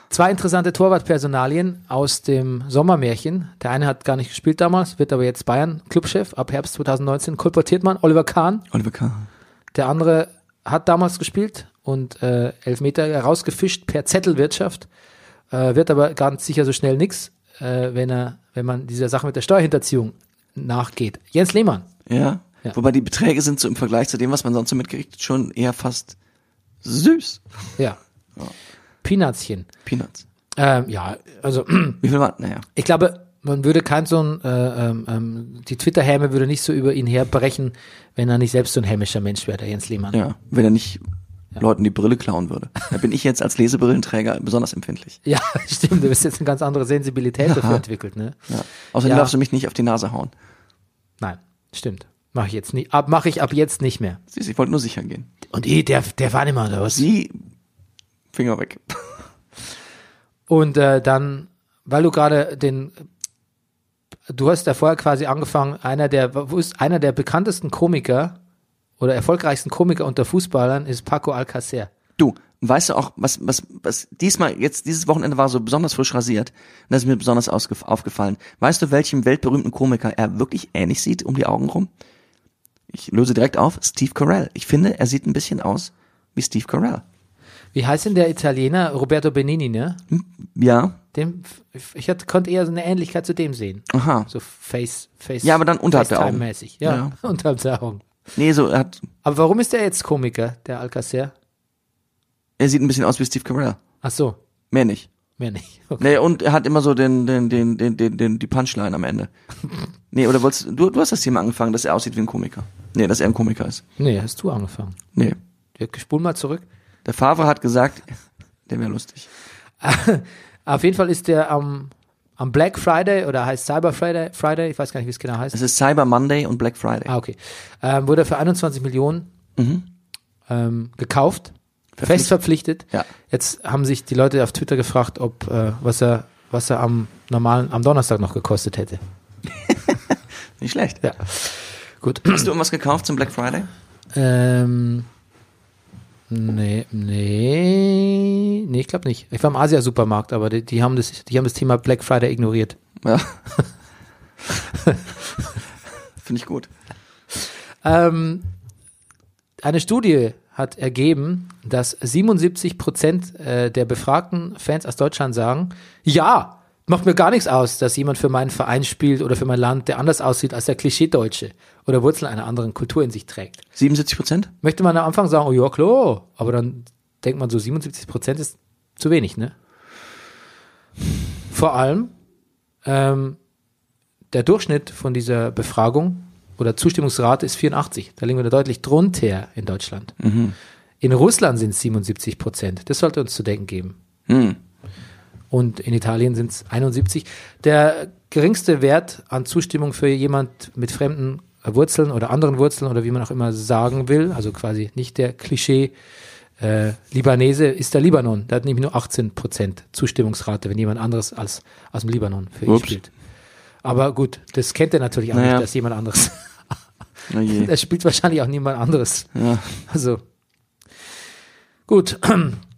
zwei interessante Torwartpersonalien aus dem Sommermärchen. Der eine hat gar nicht gespielt damals, wird aber jetzt Bayern-Clubchef. Ab Herbst 2019 kolportiert man Oliver Kahn.
Oliver Kahn.
Der andere hat damals gespielt und äh, Elfmeter herausgefischt per Zettelwirtschaft. Äh, wird aber ganz sicher so schnell nix, äh, wenn, er, wenn man dieser Sache mit der Steuerhinterziehung nachgeht. Jens Lehmann.
Ja.
Ja.
Wobei die Beträge sind so im Vergleich zu dem, was man sonst so mitkriegt, schon eher fast süß.
Ja. Peanutschen.
Peanuts.
Ähm, ja, also
Wie viel war? Naja.
ich glaube, man würde kein so ein, äh, ähm, ähm, die Twitter-Häme würde nicht so über ihn herbrechen, wenn er nicht selbst so ein hämischer Mensch wäre, der Jens Lehmann.
Ja, wenn er nicht Leuten die Brille klauen würde. Da bin ich jetzt als Lesebrillenträger besonders empfindlich.
Ja, stimmt, du bist jetzt eine ganz andere Sensibilität dafür entwickelt, ne?
Ja. Außerdem
Ja.
darfst du mich nicht auf die Nase hauen.
Nein, stimmt. Mache ich jetzt nicht, ab, mache ich ab jetzt nicht mehr.
Siehst, du, ich wollte nur sicher gehen.
Und eh, der, der war nicht mal da, was?
Die Finger weg.
Und äh, dann, weil du gerade den, du hast da vorher quasi angefangen, einer der, wo ist einer der bekanntesten Komiker oder erfolgreichsten Komiker unter Fußballern ist Paco Alcacer.
Du, weißt du auch, was, was, was diesmal, jetzt dieses Wochenende war so besonders frisch rasiert. Und das ist mir besonders ausgef- aufgefallen. Weißt du, welchem weltberühmten Komiker er wirklich ähnlich sieht, um die Augen rum? Ich löse direkt auf, Steve Carell. Ich finde, er sieht ein bisschen aus wie Steve Carell.
Wie heißt denn der Italiener? Roberto Benini, ne?
Ja,
Dem, ich hatte, konnte eher so eine Ähnlichkeit zu dem sehen.
aha.
So Face, Face.
Ja, aber dann unterhalb der Augen.
FaceTime-mäßig. Ja, unterhalb der Augen.
Nee, so, er hat,
Aber warum ist der jetzt Komiker, der Alcacer?
er sieht ein bisschen aus wie Steve Carell.
Ach so,
Mehr nicht.
mehr nicht. Okay.
Nee, und er hat immer so den, den, den, den, den, den die Punchline am Ende. Nee, oder wolltest, du, du hast das Thema angefangen, dass er aussieht wie ein Komiker. Nee, dass er ein Komiker ist.
Nee, hast du angefangen.
Nee.
Ja, Spul mal zurück.
Der Favre hat gesagt, der wäre lustig.
Auf jeden Fall ist der am, am Black Friday oder heißt Cyber Friday, Friday, ich weiß gar nicht, wie es genau heißt.
Es ist Cyber Monday und Black Friday.
Ah, okay. Ähm, wurde er für 21 Millionen ähm, gekauft, fest verpflichtet.
Ja.
Jetzt haben sich die Leute auf Twitter gefragt, ob äh, was er was er am normalen am Donnerstag noch gekostet hätte.
Nicht schlecht.
Ja. Gut.
Hast du irgendwas gekauft zum Black Friday?
ähm, nee, nee, nee, ich glaube nicht. Ich war im Asia-Supermarkt, aber die, die haben das die haben das Thema Black Friday ignoriert.
Ja. Finde ich gut.
Ähm, eine Studie hat ergeben, dass 77 Prozent äh, der befragten Fans aus Deutschland sagen, ja, macht mir gar nichts aus, dass jemand für meinen Verein spielt oder für mein Land, der anders aussieht als der Klischee-Deutsche oder Wurzeln einer anderen Kultur in sich trägt.
77 Prozent?
Möchte man am Anfang sagen, oh ja, klar, aber dann denkt man so, 77 Prozent ist zu wenig, ne? Vor allem, ähm, der Durchschnitt von dieser Befragung oder Zustimmungsrate ist 84. Da liegen wir da deutlich drunter in Deutschland. In Russland sind es 77 Prozent. Das sollte uns zu denken geben.
Hm.
Und in Italien sind es 71. Der geringste Wert an Zustimmung für jemand mit fremden Wurzeln oder anderen Wurzeln oder wie man auch immer sagen will, also quasi nicht der Klischee äh, Libanese, ist der Libanon. Da hat nämlich nur 18 Prozent Zustimmungsrate, wenn jemand anderes als aus dem Libanon für ihn
Ups.
spielt. Aber gut, das kennt er natürlich auch
Naja.
nicht, dass jemand anderes.
Na je.
Das spielt wahrscheinlich auch niemand anderes.
Ja.
Also. Gut.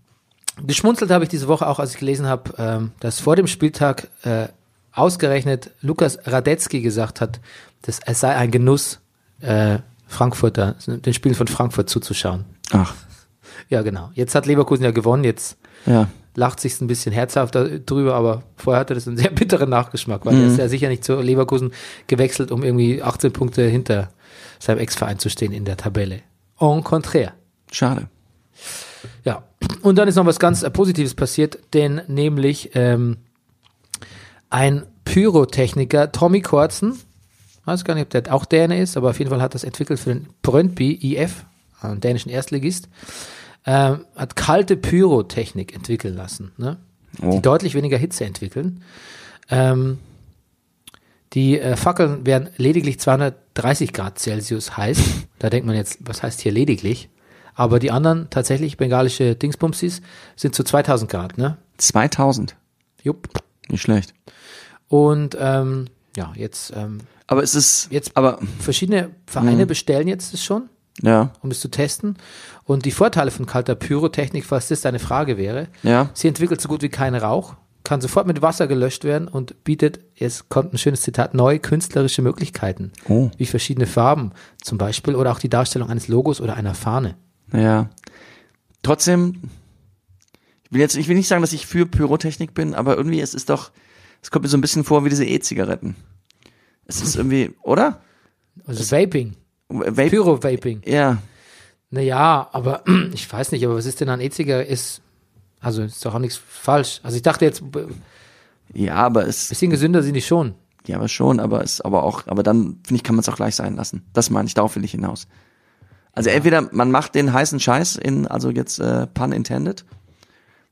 Geschmunzelt habe ich diese Woche auch, als ich gelesen habe, ähm, dass vor dem Spieltag äh, ausgerechnet Lukas Radetzky gesagt hat, dass es sei ein Genuss, äh, Frankfurter, den Spielen von Frankfurt zuzuschauen.
Ach,
Ja, genau. Jetzt hat Leverkusen ja gewonnen, jetzt
ja.
lacht sich ein bisschen herzhaft darüber, aber vorher hatte das einen sehr bitteren Nachgeschmack, weil er ist ja sicher nicht zu Leverkusen gewechselt, um irgendwie 18 Punkte hinter seinem Ex-Verein zu stehen in der Tabelle. En contraire.
Schade.
Ja. Und dann ist noch was ganz äh, Positives passiert, denn nämlich ähm, ein Pyrotechniker, Tommy Kortzen, weiß gar nicht, ob der auch Däne ist, aber auf jeden Fall hat das entwickelt für den Brøndby IF, einen dänischen Erstligist, ähm, hat kalte Pyrotechnik entwickeln lassen, ne?
Oh.
die deutlich weniger Hitze entwickeln. Ähm, die äh, Fackeln werden lediglich 230 Grad Celsius heiß. Da denkt man jetzt, was heißt hier lediglich? Aber die anderen tatsächlich bengalische Dingsbumsis sind zu 2000 Grad, ne?
2000.
Jupp.
Nicht schlecht.
Und ähm, ja, jetzt ähm,
Aber es ist,
Jetzt-
aber,
verschiedene Vereine bestellen jetzt es schon,
ja,
um es zu testen. Und die Vorteile von kalter Pyrotechnik, falls das deine Frage wäre,
ja.
sie entwickelt so gut wie keinen Rauch, kann sofort mit Wasser gelöscht werden und bietet, es kommt ein schönes Zitat, neue künstlerische Möglichkeiten,
Oh.
wie verschiedene Farben zum Beispiel oder auch die Darstellung eines Logos oder einer Fahne.
Ja. Trotzdem, ich will jetzt, ich will nicht sagen, dass ich für Pyrotechnik bin, aber irgendwie, es ist doch, es kommt mir so ein bisschen vor wie diese E-Zigaretten. Es ist irgendwie, oder?
Also Vaping,
Vape,
Pyro-Vaping.
ja.
Naja, aber ich weiß nicht, aber was ist denn an E-Zigarette? Ist, also ist doch auch nichts falsch. Also ich dachte jetzt, ein
Ja, aber es,
bisschen gesünder sind die schon.
ja, aber schon, aber es, aber auch, aber dann, finde ich, kann man es auch gleich sein lassen. Das meine ich, darauf will ich hinaus. Also entweder man macht den heißen Scheiß in, also jetzt, äh, pun intended.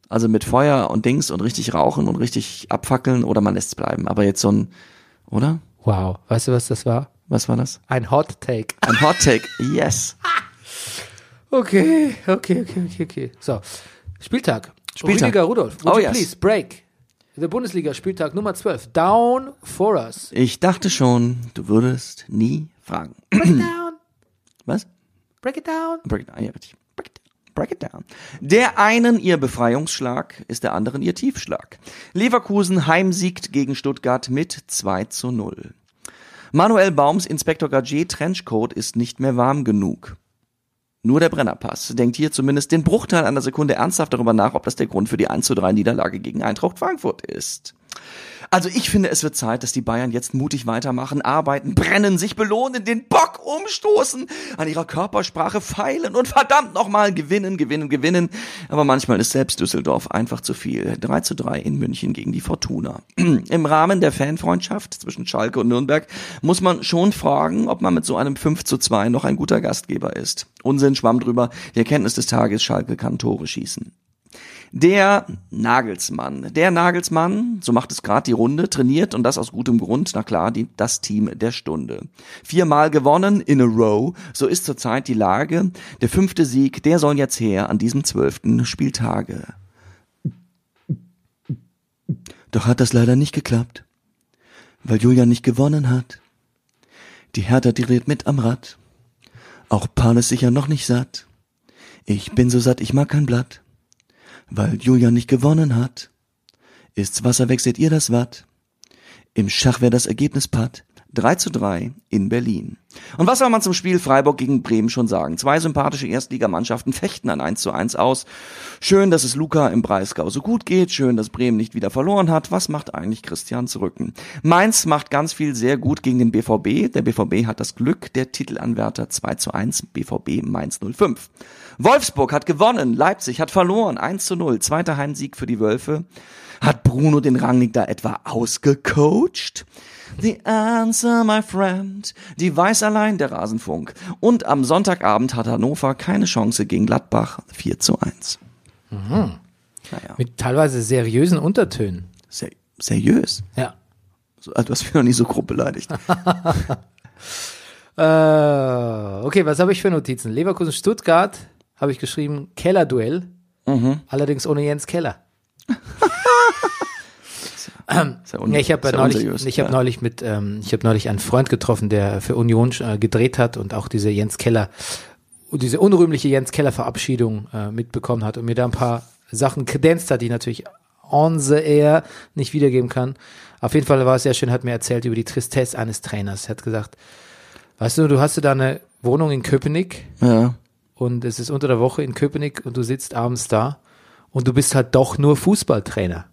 Also mit Feuer und Dings und richtig rauchen und richtig abfackeln oder man lässt es bleiben. Aber jetzt so ein, oder?
Wow, weißt du, was das war?
Was war das?
Ein Hot Take.
Ein Hot Take, yes.
Okay, okay, okay, okay, okay. So, Spieltag.
Spieltag.
Rüdiger Rudolf, would
Oh,
you
yes.
please break? The Bundesliga Spieltag Nummer 12. Down for us.
Ich dachte schon, du würdest nie fragen.
Down.
Was?
Break it down.
Break it down, ja, richtig. Break it down. Break it down. Der einen ihr Befreiungsschlag ist der anderen ihr Tiefschlag. Leverkusen heimsiegt gegen Stuttgart mit 2 zu 0. Manuel Baums Inspektor Gaget Trenchcoat ist nicht mehr warm genug. Nur der Brennerpass denkt hier zumindest den Bruchteil einer Sekunde ernsthaft darüber nach, ob das der Grund für die 1 zu 3 Niederlage gegen Eintracht Frankfurt ist. Also ich finde, es wird Zeit, dass die Bayern jetzt mutig weitermachen, arbeiten, brennen, sich belohnen, den Bock umstoßen, an ihrer Körpersprache feilen und verdammt nochmal gewinnen, gewinnen, gewinnen. Aber manchmal ist selbst Düsseldorf einfach zu viel. 3 zu 3 in München gegen die Fortuna. Im Rahmen der Fanfreundschaft zwischen Schalke und Nürnberg muss man schon fragen, ob man mit so einem 5 zu 2 noch ein guter Gastgeber ist. Unsinn, Schwamm drüber. Die Erkenntnis des Tages, Schalke kann Tore schießen. Der Nagelsmann. Der Nagelsmann, so macht es gerade die Runde, trainiert und das aus gutem Grund, na klar, die, das Team der Stunde. Viermal gewonnen in a row, so ist zurzeit die Lage. Der fünfte Sieg, der soll jetzt her an diesem zwölften Spieltage. Doch hat das leider nicht geklappt, weil Julian nicht gewonnen hat. Die Hertha dreht mit am Rad. Auch Paul ist sicher noch nicht satt. Ich bin so satt, ich mag kein Blatt. Weil Julian nicht gewonnen hat. Ist's Wasser, wechselt ihr das Watt. Im Schach wäre das Ergebnis Patt. 3 zu 3 in Berlin. Und was soll man zum Spiel Freiburg gegen Bremen schon sagen? Zwei sympathische Erstligamannschaften fechten an 1 zu 1 aus. Schön, dass es Luca im Breisgau so gut geht. Schön, dass Bremen nicht wieder verloren hat. Was macht eigentlich Christians Rücken? Mainz macht ganz viel sehr gut gegen den BVB. Der BVB hat das Glück, der Titelanwärter 2 zu 1 BVB Mainz 05. Wolfsburg hat gewonnen. Leipzig hat verloren. 1 zu 0. Zweiter Heimsieg für die Wölfe. Hat Bruno den Rangnick da etwa ausgecoacht? The answer, my friend. Die weiß allein der Rasenfunk. Und am Sonntagabend hat Hannover keine Chance gegen Gladbach 4 zu 1. Naja,
Mhm. Mit teilweise seriösen Untertönen.
ser seriös.
Ja.
So, also, du hast mich noch nie so grob beleidigt.
Äh, okay, was habe ich für Notizen? Leverkusen Stuttgart habe ich geschrieben, Kellerduell. Allerdings ohne Jens Keller.
Sehr
Ja, ich habe
sehr
neulich,
unseriös.
ich hab
Ja.
neulich mit, ähm, ich habe neulich einen Freund getroffen, der für Union äh, gedreht hat und auch diese Jens Keller, diese unrühmliche Jens Keller Verabschiedung äh, mitbekommen hat und mir da ein paar Sachen kredenzt hat, die ich natürlich on the air nicht wiedergeben kann. Auf jeden Fall war es sehr schön, hat mir erzählt über die Tristesse eines Trainers. Er hat gesagt, weißt du, du hast du da eine Wohnung in Köpenick
ja.
und es ist unter der Woche in Köpenick und du sitzt abends da und du bist halt doch nur Fußballtrainer.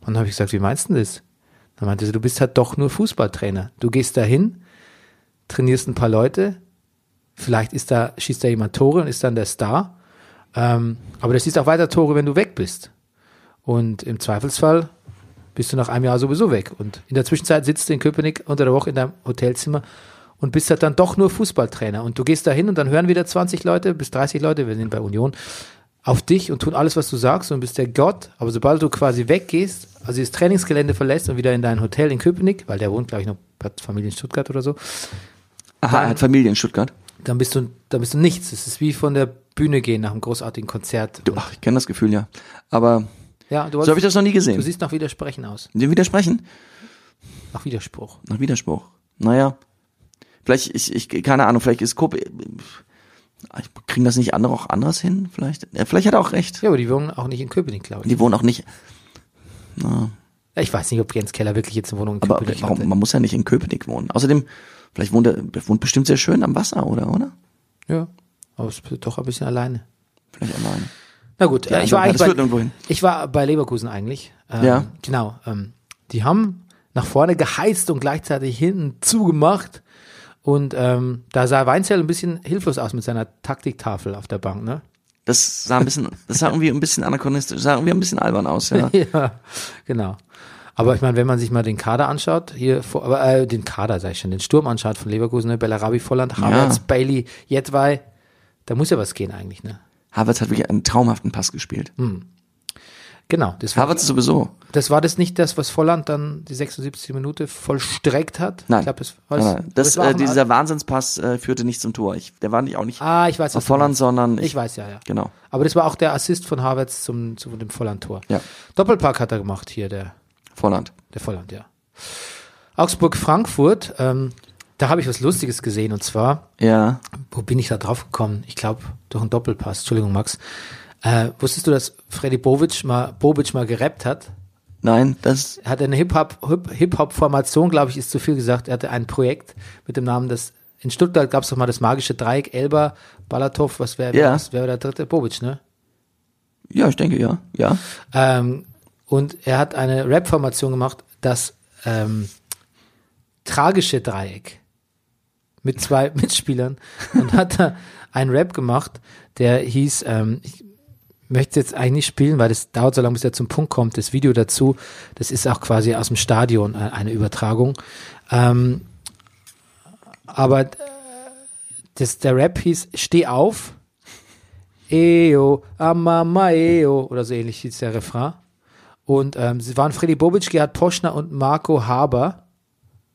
Und dann habe ich gesagt, wie meinst du denn das? Dann meinte sie, du bist halt doch nur Fußballtrainer. Du gehst da hin, trainierst ein paar Leute, vielleicht ist da, schießt da jemand Tore und ist dann der Star. Ähm, aber der schießt auch weiter Tore, wenn du weg bist. Und im Zweifelsfall bist du nach einem Jahr sowieso weg. Und in der Zwischenzeit sitzt du in Köpenick unter der Woche in deinem Hotelzimmer und bist halt dann doch nur Fußballtrainer. Und du gehst da hin und dann hören wieder 20 Leute bis 30 Leute, wir sind bei Union, auf dich und tun alles, was du sagst und bist der Gott. Aber sobald du quasi weggehst, also das Trainingsgelände verlässt und wieder in dein Hotel in Köpenick, weil der wohnt, glaube ich, noch hat Familie in Stuttgart oder so,
Aha, er hat Familie in Stuttgart.
dann bist du, dann bist du nichts. Es ist wie von der Bühne gehen nach einem großartigen Konzert.
Du, ach, ich kenne das Gefühl, ja. Aber
ja, du
so habe ich das noch nie
Du
gesehen.
siehst nach Widersprechen aus,
Dem widersprechen?
nach Widerspruch.
Nach Widerspruch. Naja. Vielleicht, ich, ich, keine Ahnung, vielleicht ist Kobe. Kriegen das nicht andere auch anders hin? Vielleicht, äh, vielleicht hat er auch recht.
Ja, aber die wohnen auch nicht in Köpenick, glaube ich.
Die wohnen auch nicht.
Ich weiß nicht, ob Jens Keller wirklich jetzt eine Wohnung in
Aber
Köpenick hatte.
warum, man muss ja nicht in Köpenick wohnen. Außerdem, vielleicht wohnt er der wohnt bestimmt sehr schön am Wasser, oder? oder?
Ja, aber es ist doch ein bisschen alleine.
Vielleicht alleine.
Na gut, äh, ich,
Antwort
war
hat, es
eigentlich
führt irgendwo
bei,
hin.
ich war bei Leverkusen eigentlich. Ähm,
Ja.
Genau. Ähm, die haben nach vorne geheizt und gleichzeitig hinten zugemacht. Und ähm, da sah Weinzell ein bisschen hilflos aus mit seiner Taktiktafel auf der Bank, ne?
Das sah ein bisschen, das sah irgendwie ein bisschen anachronistisch, sah irgendwie ein bisschen albern aus, ja.
ja, genau. Aber ich meine, wenn man sich mal den Kader anschaut, hier vor, aber, äh, den Kader, sag ich schon, den Sturm anschaut von Leverkusen, ne? Bellarabi, Volland, Havertz, Bailey, Jedwai, da muss ja was gehen eigentlich, ne?
Havertz hat wirklich einen traumhaften Pass gespielt.
Mhm. Genau, das war,
Havertz ist sowieso.
das war das nicht das, was Volland dann die 76. Minute vollstreckt hat?
Nein.
ich glaub, das, war
Nein, nein. Das,
war
äh,
auch ein-
dieser Wahnsinnspass äh, führte nicht zum Tor. Ich, der war nicht auch nicht
Ah, ich weiß
auf
was du meinst.
Volland, sondern
Ich weiß, ja, ja.
Genau.
Aber das war auch der Assist von Havertz zum, zu dem Volland-Tor.
Ja.
Doppelpack hat er gemacht hier, der,
Volland.
der Volland, ja. Augsburg-Frankfurt, ähm, Da habe ich was Lustiges gesehen und zwar,
Ja.
wo bin ich da drauf gekommen? Ich glaube, durch einen Doppelpass. Entschuldigung, Max. Äh, wusstest du, dass Freddy Bovic mal, Bobic mal gerappt hat?
Nein, das.
Er hatte eine Hip-Hop-Formation, Hip -Hop -Formation, glaube ich, ist zu viel gesagt. Er hatte ein Projekt mit dem Namen das. In Stuttgart gab es doch mal das magische Dreieck, Elba, Balatow, was wäre
Ja.
wer wär der dritte? Bobic, ne?
Ja, ich denke, ja. Ja.
Ähm, und er hat eine Rap-Formation gemacht, das ähm, tragische Dreieck mit zwei Mitspielern und hat da einen Rap gemacht, der hieß, ähm, ich möchte jetzt eigentlich nicht spielen, weil das dauert so lange, bis er zum Punkt kommt, das Video dazu, das ist auch quasi aus dem Stadion äh, eine Übertragung. Ähm, aber äh, das, der Rap hieß, steh auf, Eo, Amama Eo oder so ähnlich hieß der Refrain. Und ähm, sie waren Freddy Bobic, Gerhard Poschner und Marco Haber,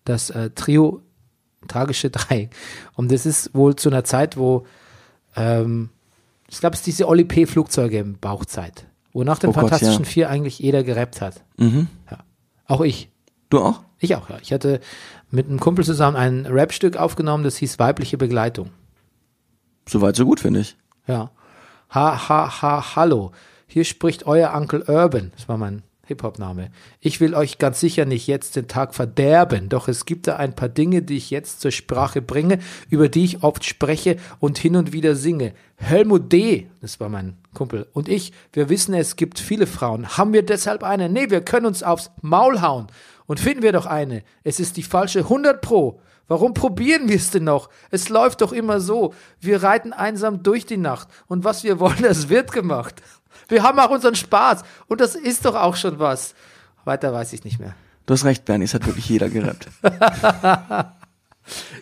das äh, Trio Tragische Dreieck. Und das ist wohl zu einer Zeit, wo ähm, ich glaube, es ist diese Oli P. Flugzeuge im Bauchzeit, wo nach dem
Oh Gott,
Fantastischen
ja. Mhm.
Vier eigentlich jeder gerappt hat. Ja. Auch ich.
Du auch?
Ich auch, ja. Ich hatte mit einem Kumpel zusammen ein Rapstück aufgenommen, das hieß Weibliche Begleitung.
Soweit, so gut, finde ich.
Ja. Ha, ha, ha, hallo. Hier spricht euer Uncle Urban. Das war mein Hip-Hop-Name. Ich will euch ganz sicher nicht jetzt den Tag verderben, doch es gibt da ein paar Dinge, die ich jetzt zur Sprache bringe, über die ich oft spreche und hin und wieder singe. Helmut D., das war mein Kumpel, und ich, wir wissen, es gibt viele Frauen. Haben wir deshalb eine? Nee, wir können uns aufs Maul hauen. Und finden wir doch eine. Es ist die falsche 100 Pro. Warum probieren wir es denn noch? Es läuft doch immer so. Wir reiten einsam durch die Nacht und was wir wollen, das wird gemacht. Wir haben auch unseren Spaß und das ist doch auch schon was. Weiter weiß ich nicht mehr.
Du hast recht, Bernie, es hat wirklich jeder gerappt.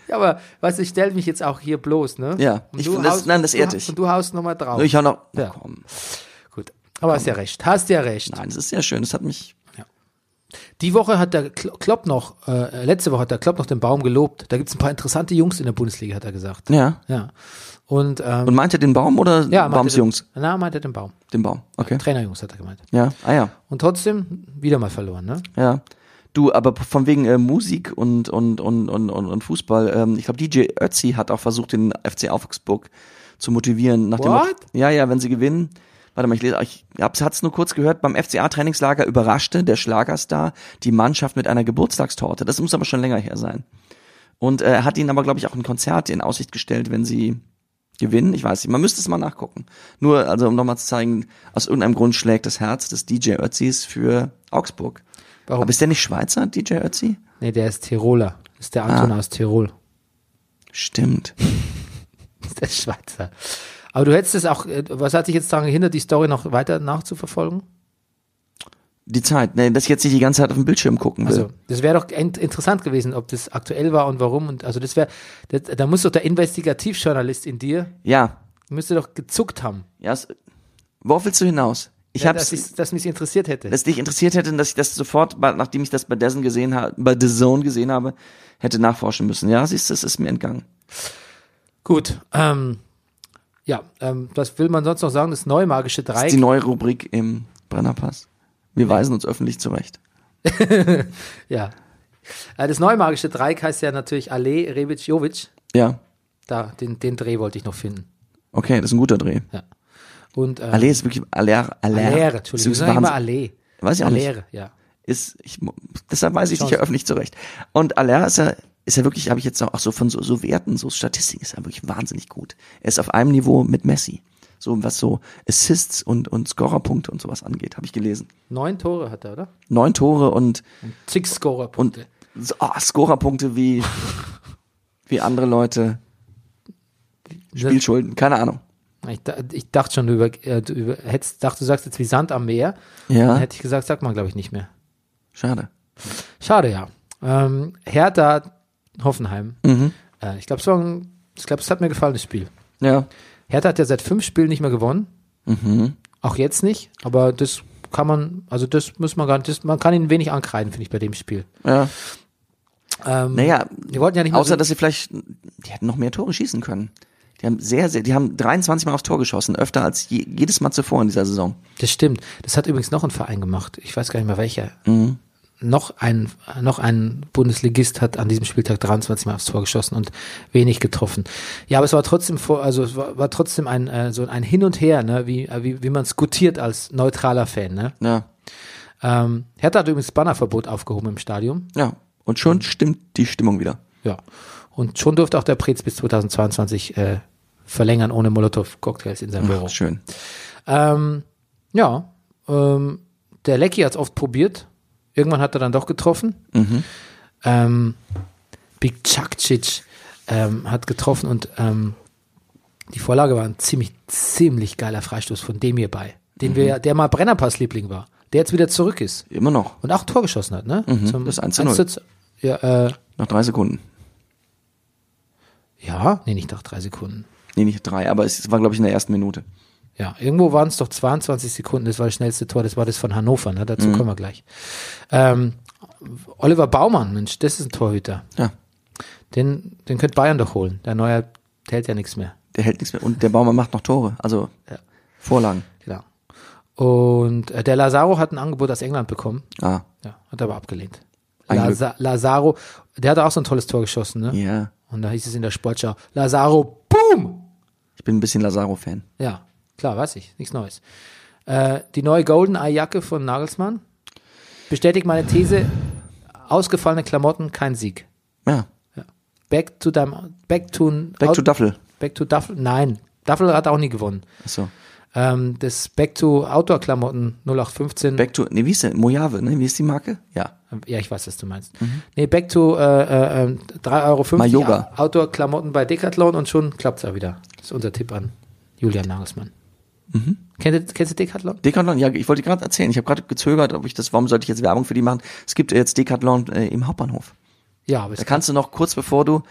Ja, aber weißt du, ich stelle mich jetzt auch hier bloß, ne?
Ja,
Und
ich
du
finde das-
haust-
nein, das
du-
ehrt dich.
Und du haust nochmal drauf.
Ich auch noch.
Ja.
Ja. Komm.
Gut. Aber hast ja recht. Hast ja recht.
Nein, es ist sehr schön. Es hat mich.
Die Woche hat der Kl- Klopp noch, äh, letzte Woche hat der Klopp noch den Baum gelobt. Da gibt es ein paar interessante Jungs in der Bundesliga, hat er gesagt.
Ja.
Ja. Und, ähm,
Und meint er den Baum oder
ja, meinte
Baums
den-
Jungs?
Na, meint er den Baum.
Den Baum. Okay.
Trainerjungs hat er gemeint.
Ja. Ah ja.
Und trotzdem wieder mal verloren, ne?
Ja. Du, aber von wegen äh, Musik und, und, und, und, und, und Fußball, ähm, ich glaube, DJ Ötzi hat auch versucht, den FC Augsburg zu motivieren. Nach dem
What?
Motto- ja, ja, wenn sie gewinnen. Warte mal, ich lese, ich hab's, hat's nur kurz gehört, beim FCA-Trainingslager überraschte der Schlagerstar die Mannschaft mit einer Geburtstagstorte. Das muss aber schon länger her sein. Und äh, er hat ihnen aber, glaube ich, auch ein Konzert in Aussicht gestellt, wenn sie gewinnen. Ich weiß nicht, man müsste es mal nachgucken. Nur, also um nochmal zu zeigen, aus irgendeinem Grund schlägt das Herz des DJ Ötzis für Augsburg.
Warum?
Aber ist der nicht Schweizer, DJ Ötzi?
Nee, der ist Tiroler. Das ist der
Ah.
Anton aus Tirol.
Stimmt.
Das ist der Schweizer. Aber du hättest es auch, äh, was hat dich jetzt daran gehindert, die Story noch weiter nachzuverfolgen?
Die Zeit, ne, dass ich jetzt nicht die ganze Zeit auf den Bildschirm gucken will.
Also, das wäre doch in interessant gewesen, ob das aktuell war und warum. Und also, das wäre, das- da muss doch der Investigativjournalist in dir,
ja.
müsste doch gezuckt haben,
ja es, worauf willst du hinaus? Ich
ja,
hab's,
dass, ich, dass mich interessiert hätte.
dass dich interessiert hätte, und dass ich das sofort, bei- nachdem ich das bei Dessen gesehen habe, bei The Zone gesehen habe, hätte nachforschen müssen. Ja, siehst du, es ist mir entgangen.
Gut, ähm, ja, ähm, was will man sonst noch sagen? Das neue magische
Das ist die
Dreieck.
neue Rubrik im Brennerpass. Wir weisen uns öffentlich zurecht.
Ja. Äh, Das neue magische Dreieck heißt ja natürlich Ale, Rebic, Jovic.
Ja,
Da, den, den Dreh wollte ich noch finden.
okay, das ist ein guter Dreh.
Und, äh,
Allee ist wirklich Aller, Aller.
Allere, Entschuldigung. Wir sagen immer Allee.
Weiß ich auch nicht.
Allere, ja.
ist, ich, mu- deshalb weiß ich dich ja öffentlich zurecht. Und Aller ist ja, ist ja wirklich, habe ich jetzt auch, auch so von so, so Werten, so Statistiken ist er wirklich wahnsinnig gut. Er ist auf einem Niveau mit Messi. So, was so Assists und, und Scorerpunkte und sowas angeht, habe ich gelesen.
Neun Tore hat er, oder?
Neun Tore und,
Six
und
Scorer-Punkte.
so, ah, Scorerpunkte wie, wie andere Leute.
Ne.
Spielschulden, keine Ahnung.
Ich, da- ich dachte schon, du, über, äh, du über, hättest, dachte, du sagst jetzt wie Sand am Meer. Dann
Ja,
hätte ich gesagt, sagt man, glaube ich, nicht mehr.
schade.
Schade, ja. Ähm, Hertha, Hoffenheim.
Mhm.
Äh, ich glaube, es war ein- ich glaub, es hat mir gefallen, das Spiel.
Ja, mhm.
Hertha hat ja seit fünf Spielen nicht mehr gewonnen. Auch jetzt nicht, aber das kann man, also das muss man gar nicht, das, man kann ihn wenig ankreiden, finde ich, bei dem Spiel.
ja.
Ähm,
Naja,
Wir wollten ja nicht mehr
Außer,
so-
dass sie vielleicht, die hätten noch mehr Tore schießen können. Die haben sehr, sehr, die haben 23 Mal aufs Tor geschossen, öfter als je, jedes Mal zuvor in dieser Saison.
Das stimmt. Das hat übrigens noch ein Verein gemacht. Ich weiß gar nicht mehr welcher. noch ein, noch ein Bundesligist hat an diesem Spieltag 23 Mal aufs Tor geschossen und wenig getroffen. Ja, aber es war trotzdem vor, also es war, war trotzdem ein, äh, so ein Hin und Her, ne? wie, äh, wie, wie man skutiert als neutraler Fan. Ne?
Ja.
Ähm, Hertha hat übrigens Bannerverbot aufgehoben im Stadion.
Ja. Und schon stimmt die Stimmung wieder.
Ja. Und schon durfte auch der Prez bis 2022 äh, verlängern ohne Molotow-Cocktails in seinem Büro.
Ach, schön.
Ähm, ja, ähm, der Lecky hat es oft probiert. Irgendwann hat er dann doch getroffen.
Mhm.
Ähm, Big Chakcic ähm, hat getroffen und ähm, die Vorlage war ein ziemlich, ziemlich geiler Freistoß von dem hierbei, den
Mhm.
wir ja, der mal Brennerpass-Liebling war, der jetzt wieder zurück ist
Immer noch.
und auch ein Tor geschossen hat, ne? Zum
Mhm, das 1 zu 0.
1 zu- ja, äh,
Noch drei Sekunden.
ja, nee, nicht nach drei Sekunden.
Nee, nicht drei, aber es war, glaube ich, in der ersten Minute.
Ja, irgendwo waren es doch 22 Sekunden, das war das schnellste Tor, das war das von Hannover, ne?
Mhm.
dazu kommen wir gleich. Ähm, Oliver Baumann, Mensch, das ist ein Torhüter.
Ja.
Den, den könnt Bayern doch holen. Der Neuer der hält ja nichts mehr.
Der hält nichts mehr. Und der Baumann macht noch Tore. Also Vorlagen.
Genau. Und äh, der Lazaro hat ein Angebot aus England bekommen.
Ah,
Ja, hat aber abgelehnt.
Ein Glück.
Laza Lazaro, der hat auch so ein tolles Tor geschossen, ne?
ja.
Und da hieß es in der Sportschau, Lazaro, boom!
Ich bin ein bisschen Lazaro-Fan.
Ja, klar, weiß ich, nichts Neues. Äh, die neue Golden Eye-Jacke von Nagelsmann bestätigt meine These, ausgefallene Klamotten, kein Sieg.
Ja.
Back to deinem, back to,
Back to Duffel.
back to Duffel, nein, Duffel hat auch nie gewonnen.
Achso.
Ähm, das Back to Outdoor Klamotten 0815.
Back to, nee, wie ist der? Mojave, ne? Wie ist die Marke? Ja.
ja, ich weiß, was du meinst.
Mhm.
Nee, Back to äh, äh, äh, 3,50 Euro
Mayoga.
Outdoor Klamotten bei Decathlon und schon klappt's auch wieder. Das ist unser Tipp an Julian Nagelsmann.
Mhm.
Kennst, du, kennst du Decathlon?
Decathlon, ja, ich wollte gerade erzählen. Ich habe gerade gezögert, ob ich das, warum sollte ich jetzt Werbung für die machen? Es gibt jetzt Decathlon äh, im Hauptbahnhof.
Ja, aber es
Da kannst du noch kurz bevor du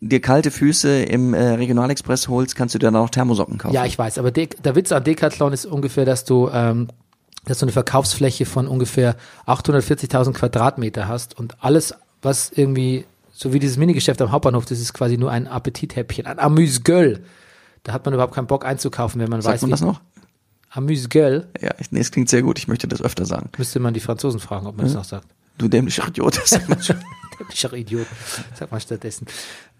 dir kalte Füße im äh, Regionalexpress holst, kannst du dir dann auch Thermosocken kaufen.
Ja, ich weiß, aber Dec- der Witz an Decathlon ist ungefähr, dass du, ähm, dass du eine Verkaufsfläche von ungefähr 840.000 Quadratmeter hast und alles, was irgendwie, so wie dieses Minigeschäft am Hauptbahnhof, das ist quasi nur ein Appetithäppchen, ein Amüsgöl. Da hat man überhaupt keinen Bock einzukaufen, wenn man
Sagt
weiß,
man
wie
das noch?
Amüsgöl,
Ja, ich, nee, es klingt sehr gut. Ich möchte das öfter sagen.
müsste man die Franzosen fragen, ob man das noch sagt.
Du dämlicher Idiot. Das sagt man schon.
Ich auch Idiot, sag mal stattdessen.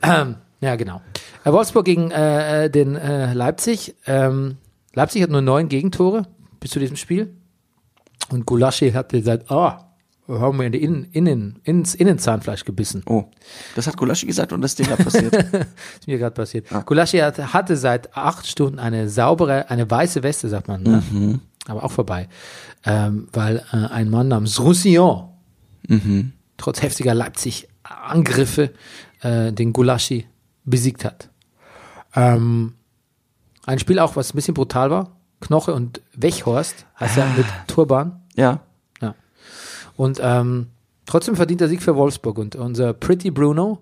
Ähm, ja, genau. Äh, Wolfsburg gegen äh, äh, den äh, Leipzig. Ähm, Leipzig hat nur neun Gegentore bis zu diesem Spiel. Und Gulaschi hat gesagt, ah, wir haben wir in die Innen, Innen, ins Innenzahnfleisch gebissen.
Oh, das hat Gulaschi gesagt und das Ding hat passiert.
ist mir gerade passiert. Gulaschi hat, hatte seit acht Stunden eine saubere, eine weiße Weste, sagt man. Ne? Aber auch vorbei. Ähm, weil äh, ein Mann namens Roussillon trotz heftiger Leipzig-Angriffe äh, den Gulaschi besiegt hat. Ähm, ein Spiel auch, was ein bisschen brutal war. Knoche und Wechhorst, heißt ja mit Turban.
ja,
Ja. Und ähm, trotzdem verdienter Sieg für Wolfsburg. Und unser Pretty Bruno,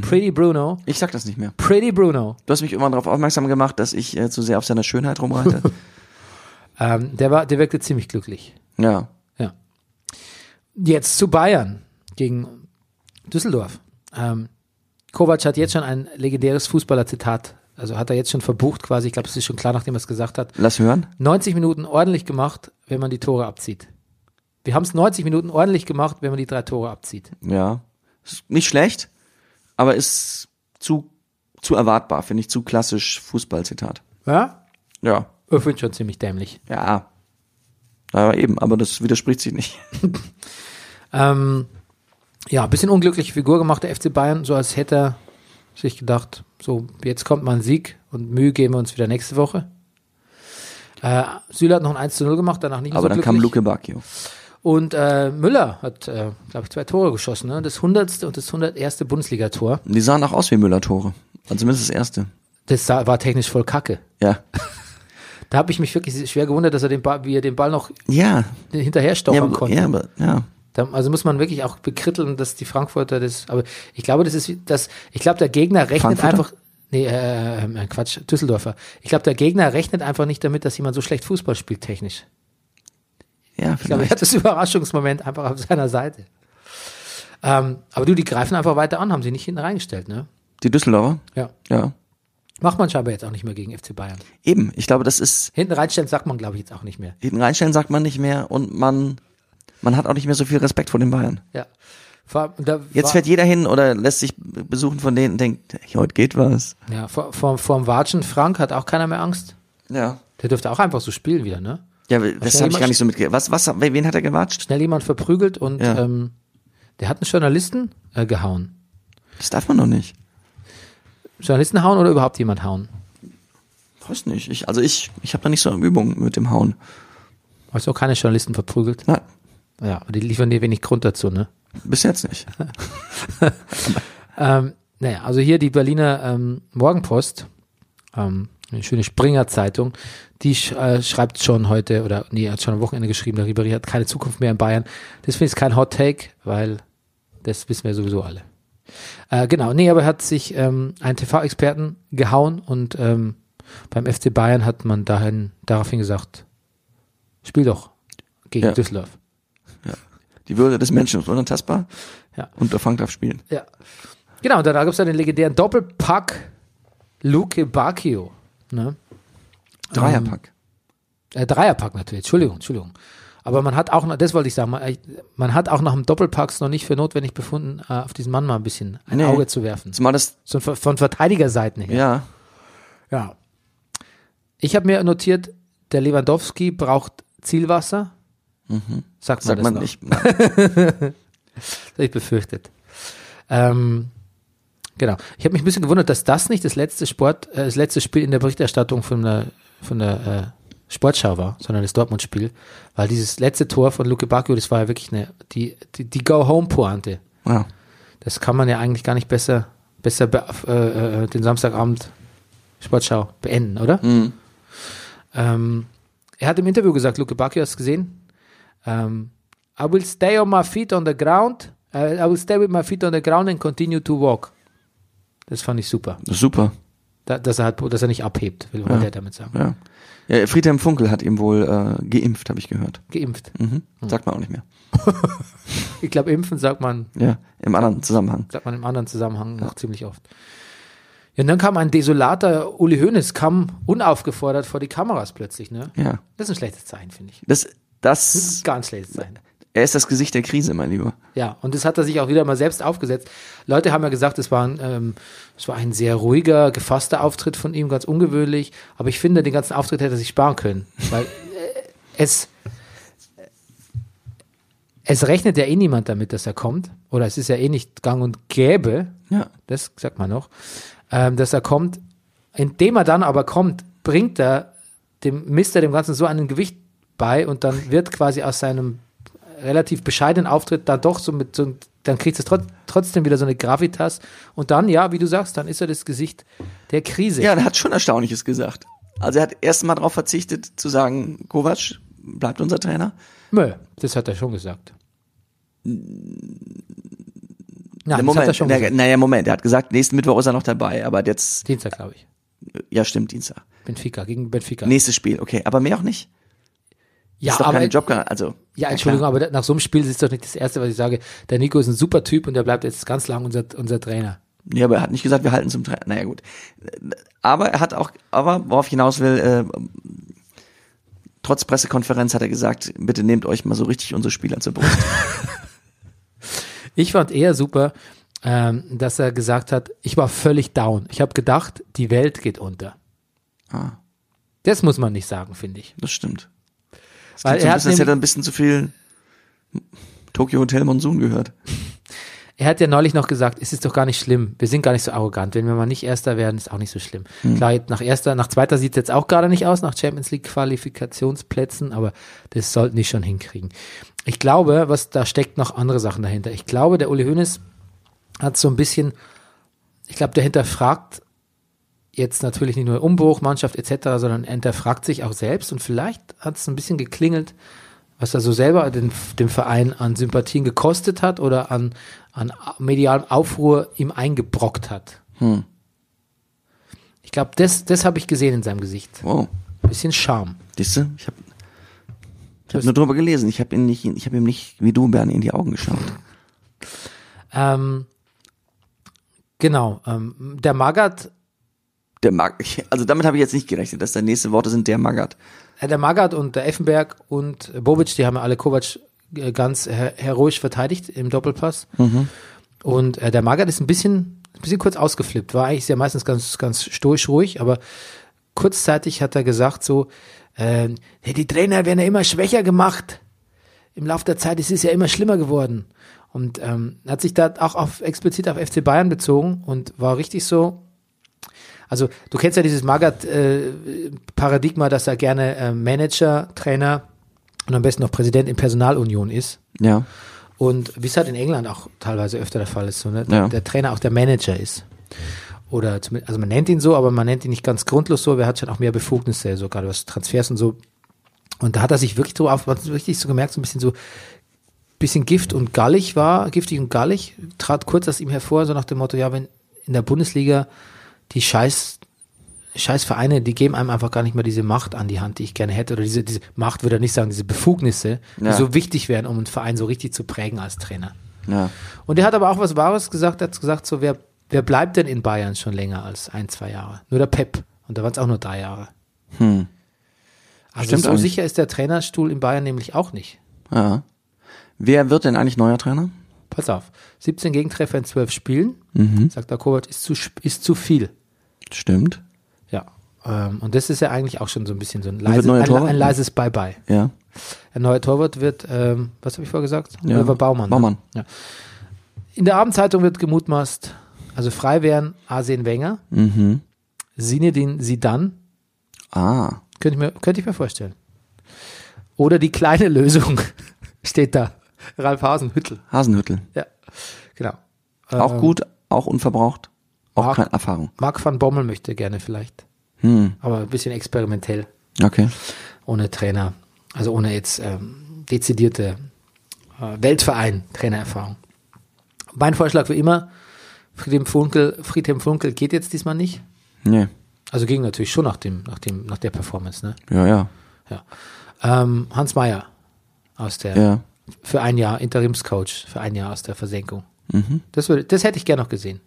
Pretty Bruno,
ich sag das nicht mehr.
Pretty Bruno,
Du hast mich irgendwann darauf aufmerksam gemacht, dass ich äh, zu sehr auf seiner Schönheit rumreite.
ähm, der, war, der wirkte ziemlich glücklich.
ja.
Ja. Jetzt zu Bayern gegen Düsseldorf. Ähm, Kovac hat jetzt schon ein legendäres Fußballer-Zitat, also hat er jetzt schon verbucht quasi. Ich glaube, es ist schon klar, nachdem er es gesagt hat.
Lass hören.
90 Minuten ordentlich gemacht, wenn man die Tore abzieht. Wir haben es 90 Minuten ordentlich gemacht, wenn man die drei Tore abzieht.
Ja. Ist nicht schlecht, aber ist zu, zu erwartbar, finde ich, zu klassisch Fußballzitat.
Ja?
Ja.
Ich finde schon ziemlich dämlich.
Ja. Ja, eben, aber das widerspricht sich nicht.
Ähm, ja, bisschen unglückliche Figur gemacht, der FC Bayern, so als hätte er sich gedacht, so, jetzt kommt mal ein Sieg und Mühe geben wir uns wieder nächste Woche. Äh, Süle hat noch ein 1 zu 0 gemacht, danach nicht mehr
Aber
so
dann kam
Also glücklich.
Luke Bacchio.
Und äh, Müller hat, äh, glaube ich, zwei Tore geschossen, ne? das 100. und das 101. Bundesligator.
Und Die sahen auch aus wie Müller-Tore. Also zumindest das erste.
Das sah, war technisch voll kacke.
Ja.
Da habe ich mich wirklich schwer gewundert, dass er den Ball, wie er den Ball noch
Ja.
hinterher
Ja,
stochern
aber,
konnte.
ja, aber, ja.
Da, also muss man wirklich auch bekritteln, dass die Frankfurter das. Aber ich glaube, das ist das. Ich glaube, der Gegner rechnet
Frankfurter?
einfach. Nee, äh, äh, Quatsch, Düsseldorfer. Ich glaube, der Gegner rechnet einfach nicht damit, dass jemand so schlecht Fußball spielt, technisch.
Ja,
Ich glaube, er
vielleicht.
hat das Überraschungsmoment einfach auf seiner Seite. Ähm, aber du, die greifen einfach weiter an, haben sie nicht hinten reingestellt, ne?
Die Düsseldorfer?
Ja.
Ja.
Macht man scheinbar jetzt auch nicht mehr gegen FC Bayern.
Eben. Ich glaube, das ist,
Hinten reinstellen sagt man, glaube ich, jetzt auch nicht mehr.
hinten reinstellen sagt man nicht mehr und man Man hat auch nicht mehr so viel Respekt vor den Bayern.
Ja. Vor, da
Jetzt
war-
fährt jeder hin oder lässt sich besuchen von denen und denkt, hey, heute geht was.
ja, vor, vor, vor dem Watschen Frank hat auch keiner mehr Angst.
Ja.
Der dürfte auch einfach so spielen wieder, ne?
Ja, das habe ich gar nicht so mitgekriegt. Was, was, wen hat er gewatscht?
Schnell jemand verprügelt und
Ja.
ähm, der hat einen Journalisten äh, gehauen.
Das darf man doch nicht.
Journalisten hauen oder überhaupt jemand hauen?
Weiß nicht. Ich, also ich, ich habe da nicht so Übung mit dem Hauen.
Hast du auch keine Journalisten verprügelt?
Nein,
Ja, aber die liefern dir wenig Grund dazu, ne?
bis jetzt nicht.
Ähm, naja, also hier die Berliner ähm, Morgenpost, ähm, eine schöne Springer-Zeitung, die sch äh, schreibt schon heute, oder nee, hat schon am Wochenende geschrieben, der Ribéry hat keine Zukunft mehr in Bayern. Das finde ich kein Hot Take, weil das wissen wir sowieso alle. Äh, genau, nee, aber hat sich ähm, einen TV-Experten gehauen und ähm, beim FC Bayern hat man dahin, daraufhin gesagt, spiel doch gegen
Ja.
Düsseldorf.
Die Würde des Menschen ist unantastbar.
Ja.
Und der Fang darf spielen.
Ja. Genau, und danach gibt es dann den legendären Doppelpack Luke Bacchio. Ne? Ähm.
Dreierpack.
Äh, Dreierpack natürlich, Entschuldigung, Entschuldigung. Aber man hat auch, noch- das wollte ich sagen, man, äh, man hat auch nach dem Doppelpacks noch nicht für notwendig befunden, äh, auf diesen Mann mal ein bisschen ein
Nee.
Auge zu werfen.
Zumal das,
So von, von Verteidigerseiten her.
ja,
Ja. Ich habe mir notiert, der Lewandowski braucht Zielwasser. Sagt man
sagt
das
man
noch?
nicht. Nein.
Das hab ich befürchtet. Ähm, genau. Ich habe mich ein bisschen gewundert, dass das nicht das letzte Sport, äh, das letzte Spiel in der Berichterstattung von der, von der äh, Sportschau war, sondern das Dortmund-Spiel, weil dieses letzte Tor von Luke Bacchio, das war ja wirklich eine die die, die Go-Home-Pointe.
Ja.
Das kann man ja eigentlich gar nicht besser besser be äh, äh, den Samstagabend Sportschau beenden, oder? Ähm, er hat im Interview gesagt, Luke Bacchio, hast du gesehen? Ähm, I will stay on my feet on the ground. äh, I, I will stay with my feet on the ground and continue to walk. Das fand ich super.
Das ist Super.
Da, dass, er halt, dass er nicht abhebt, will wollte er damit sagen.
Ja. ja. Friedhelm Funkel hat ihm wohl äh, geimpft, habe ich gehört.
Geimpft.
Mhm.
Hm.
Sagt man auch nicht mehr.
Ich glaube, impfen sagt man,
Ja, im anderen Zusammenhang.
sagt man im anderen Zusammenhang noch ziemlich oft. Ja, und dann kam ein desolater Uli Hoeneß, kam unaufgefordert vor die Kameras plötzlich, ne?
Ja.
Das ist ein schlechtes Zeichen, finde ich.
Das,
Das
das,
ist gar ein schlechtes Zeichen.
er ist das Gesicht der Krise, mein Lieber.
Ja, und das hat er sich auch wieder mal selbst aufgesetzt. Leute haben ja gesagt, es war ein, ähm, es war ein sehr ruhiger, gefasster Auftritt von ihm, ganz ungewöhnlich. Aber ich finde, den ganzen Auftritt hätte er sich sparen können. Weil äh, es, es rechnet ja eh niemand damit, dass er kommt. Oder es ist ja eh nicht gang und gäbe,
Ja.
das sagt man noch, ähm, dass er kommt. Indem er dann aber kommt, bringt er dem Mister dem Ganzen so einen Gewicht bei und dann wird quasi aus seinem relativ bescheidenen Auftritt da doch so mit so, dann kriegt es trot, trotzdem wieder so eine Gravitas und dann, ja, wie du sagst, dann ist er das Gesicht der Krise.
Ja, er hat schon Erstaunliches gesagt. Also er hat erst mal darauf verzichtet zu sagen, Kovac bleibt unser Trainer.
Mö, das hat er schon gesagt. Nein, das hat er
Moment,
schon
na,
gesagt.
naja, Moment, er hat gesagt, nächsten Mittwoch ist er noch dabei, aber jetzt,
Dienstag, glaube ich.
ja stimmt, Dienstag.
Benfica, gegen Benfica.
Nächstes Spiel, okay, aber mehr auch nicht.
ja,
ist doch
aber,
kein Job, also.
ja, Entschuldigung,
klar.
aber nach so einem Spiel ist doch nicht das Erste, was ich sage. Der Nico ist ein super Typ und der bleibt jetzt ganz lang unser, unser Trainer.
Nee, aber er hat nicht gesagt, wir halten zum Trainer. Naja, gut. Aber er hat auch, aber worauf ich hinaus will, äh, trotz Pressekonferenz hat er gesagt, bitte nehmt euch mal so richtig unsere Spieler zur Brust.
Ich fand eher super, ähm, dass er gesagt hat, ich war völlig down. Ich habe gedacht, die Welt geht unter.
ah,
Das muss man nicht sagen, finde ich.
das stimmt. Das
Weil
klingt
er
so ein
hat
bisschen, als
nämlich-
hätte er ein bisschen zu viel Tokyo Hotel Monsoon gehört.
Er hat ja neulich noch gesagt, es ist doch gar nicht schlimm. Wir sind gar nicht so arrogant. Wenn wir mal nicht Erster werden, ist auch nicht so schlimm. Klar, jetzt nach Erster, nach Zweiter sieht es jetzt auch gerade nicht aus, nach Champions League Qualifikationsplätzen, aber das sollten die schon hinkriegen. Ich glaube, was da steckt noch andere Sachen dahinter. Ich glaube, der Uli Hoeneß hat so ein bisschen, ich glaube, der hinterfragt jetzt natürlich nicht nur Umbruch, Mannschaft etc., sondern er hinterfragt sich auch selbst und vielleicht hat es ein bisschen geklingelt, was er so selber den, dem Verein an Sympathien gekostet hat oder an, an medialem Aufruhr ihm eingebrockt hat. Ich glaube, das, das habe ich gesehen in seinem Gesicht.
Wow.
Ein bisschen Charme.
Siehst du? Ich habe ich hab nur drüber gelesen. Ich habe ihn nicht, ich habe ihm nicht wie du Bernie in die Augen geschaut.
Ähm, genau. Ähm, der Magath
Der mag, also damit habe ich jetzt nicht gerechnet, dass
Äh,
deine nächste Worte sind der Magath.
Ja, der Magath und der Effenberg und Bobic, die haben ja alle Kovac äh, ganz her heroisch verteidigt im Doppelpass. Und äh, der Magath ist ein bisschen, ein bisschen kurz ausgeflippt. War eigentlich sehr meistens ganz, ganz stoisch ruhig, aber kurzzeitig hat er gesagt so, äh, hey, die Trainer werden ja immer schwächer gemacht im Laufe der Zeit, es ist ja immer schlimmer geworden. Und ähm, hat sich da auch auf, explizit auf FC Bayern bezogen und war richtig so. Also du kennst ja dieses äh, Magath-Paradigma, dass er gerne äh, Manager, Trainer und am besten noch Präsident in Personalunion ist.
Ja.
Und wie es halt in England auch teilweise öfter der Fall ist, so, ne?
Ja.
der Trainer auch der Manager ist. Oder zumindest, also man nennt ihn so, aber man nennt ihn nicht ganz grundlos so, wer hat schon auch mehr Befugnisse, so gerade was Transfers und so. Und da hat er sich wirklich so auf, man hat richtig so gemerkt, so ein bisschen so, bisschen Gift und gallig war, giftig und gallig, trat kurz aus ihm hervor, so nach dem Motto, ja, wenn in der Bundesliga die Scheiß, Scheißvereine, die geben einem einfach gar nicht mehr diese Macht an die Hand, die ich gerne hätte, oder diese, diese Macht würde er nicht sagen, diese Befugnisse, die
Ja.
so wichtig wären, um einen Verein so richtig zu prägen als Trainer.
Ja.
Und er hat aber auch was Wahres gesagt, er hat gesagt, so, wer, wer bleibt denn in Bayern schon länger als ein, zwei Jahre? Nur der Pep. Und da waren es auch nur drei Jahre.
Hm.
Also
Stimmt
so
eigentlich.
sicher ist der Trainerstuhl in Bayern nämlich auch nicht.
Ja. Wer wird denn eigentlich neuer Trainer?
Pass auf, 17 Gegentreffer in 12 Spielen,
Mhm.
sagt der Kovac, ist zu, sp- ist zu viel.
Stimmt.
Ja. Ähm, und das ist ja eigentlich auch schon so ein bisschen so ein
wird
leises,
neuer
ein,
Torwart?
ein leises Bye-Bye.
Ja.
Ein neuer Torwart wird, ähm, was habe ich vorher gesagt?
Ja.
Oliver Baumann.
Baumann.
Ne? Ja. In der Abendzeitung wird gemutmaßt, also frei wären Arsene Wenger,
Mhm.
Sinedin Sidan,
Ah.
Könnte ich mir, könnte ich mir vorstellen. Oder die kleine Lösung steht da. Ralf Hasenhüttel.
Hasenhüttel.
Ja, genau.
Auch gut, auch unverbraucht, auch
Mark-
keine Erfahrung.
Marc van Bommel möchte gerne vielleicht.
Hm.
Aber ein bisschen experimentell,
Okay.
ohne Trainer. Also ohne jetzt ähm, dezidierte äh, Weltverein-Trainererfahrung. Mein Vorschlag wie immer, Friedhelm Funkel, Friedhelm Funkel geht jetzt diesmal nicht.
Nee.
Also ging natürlich schon nach, dem, nach, dem, nach der Performance. Ne?
Ja, ja.
Ja. Ähm, Hans Meyer aus der
Ja.
für ein Jahr Interimscoach, für ein Jahr aus der Versenkung.
Mhm.
Das, würde, das hätte ich gern noch gesehen.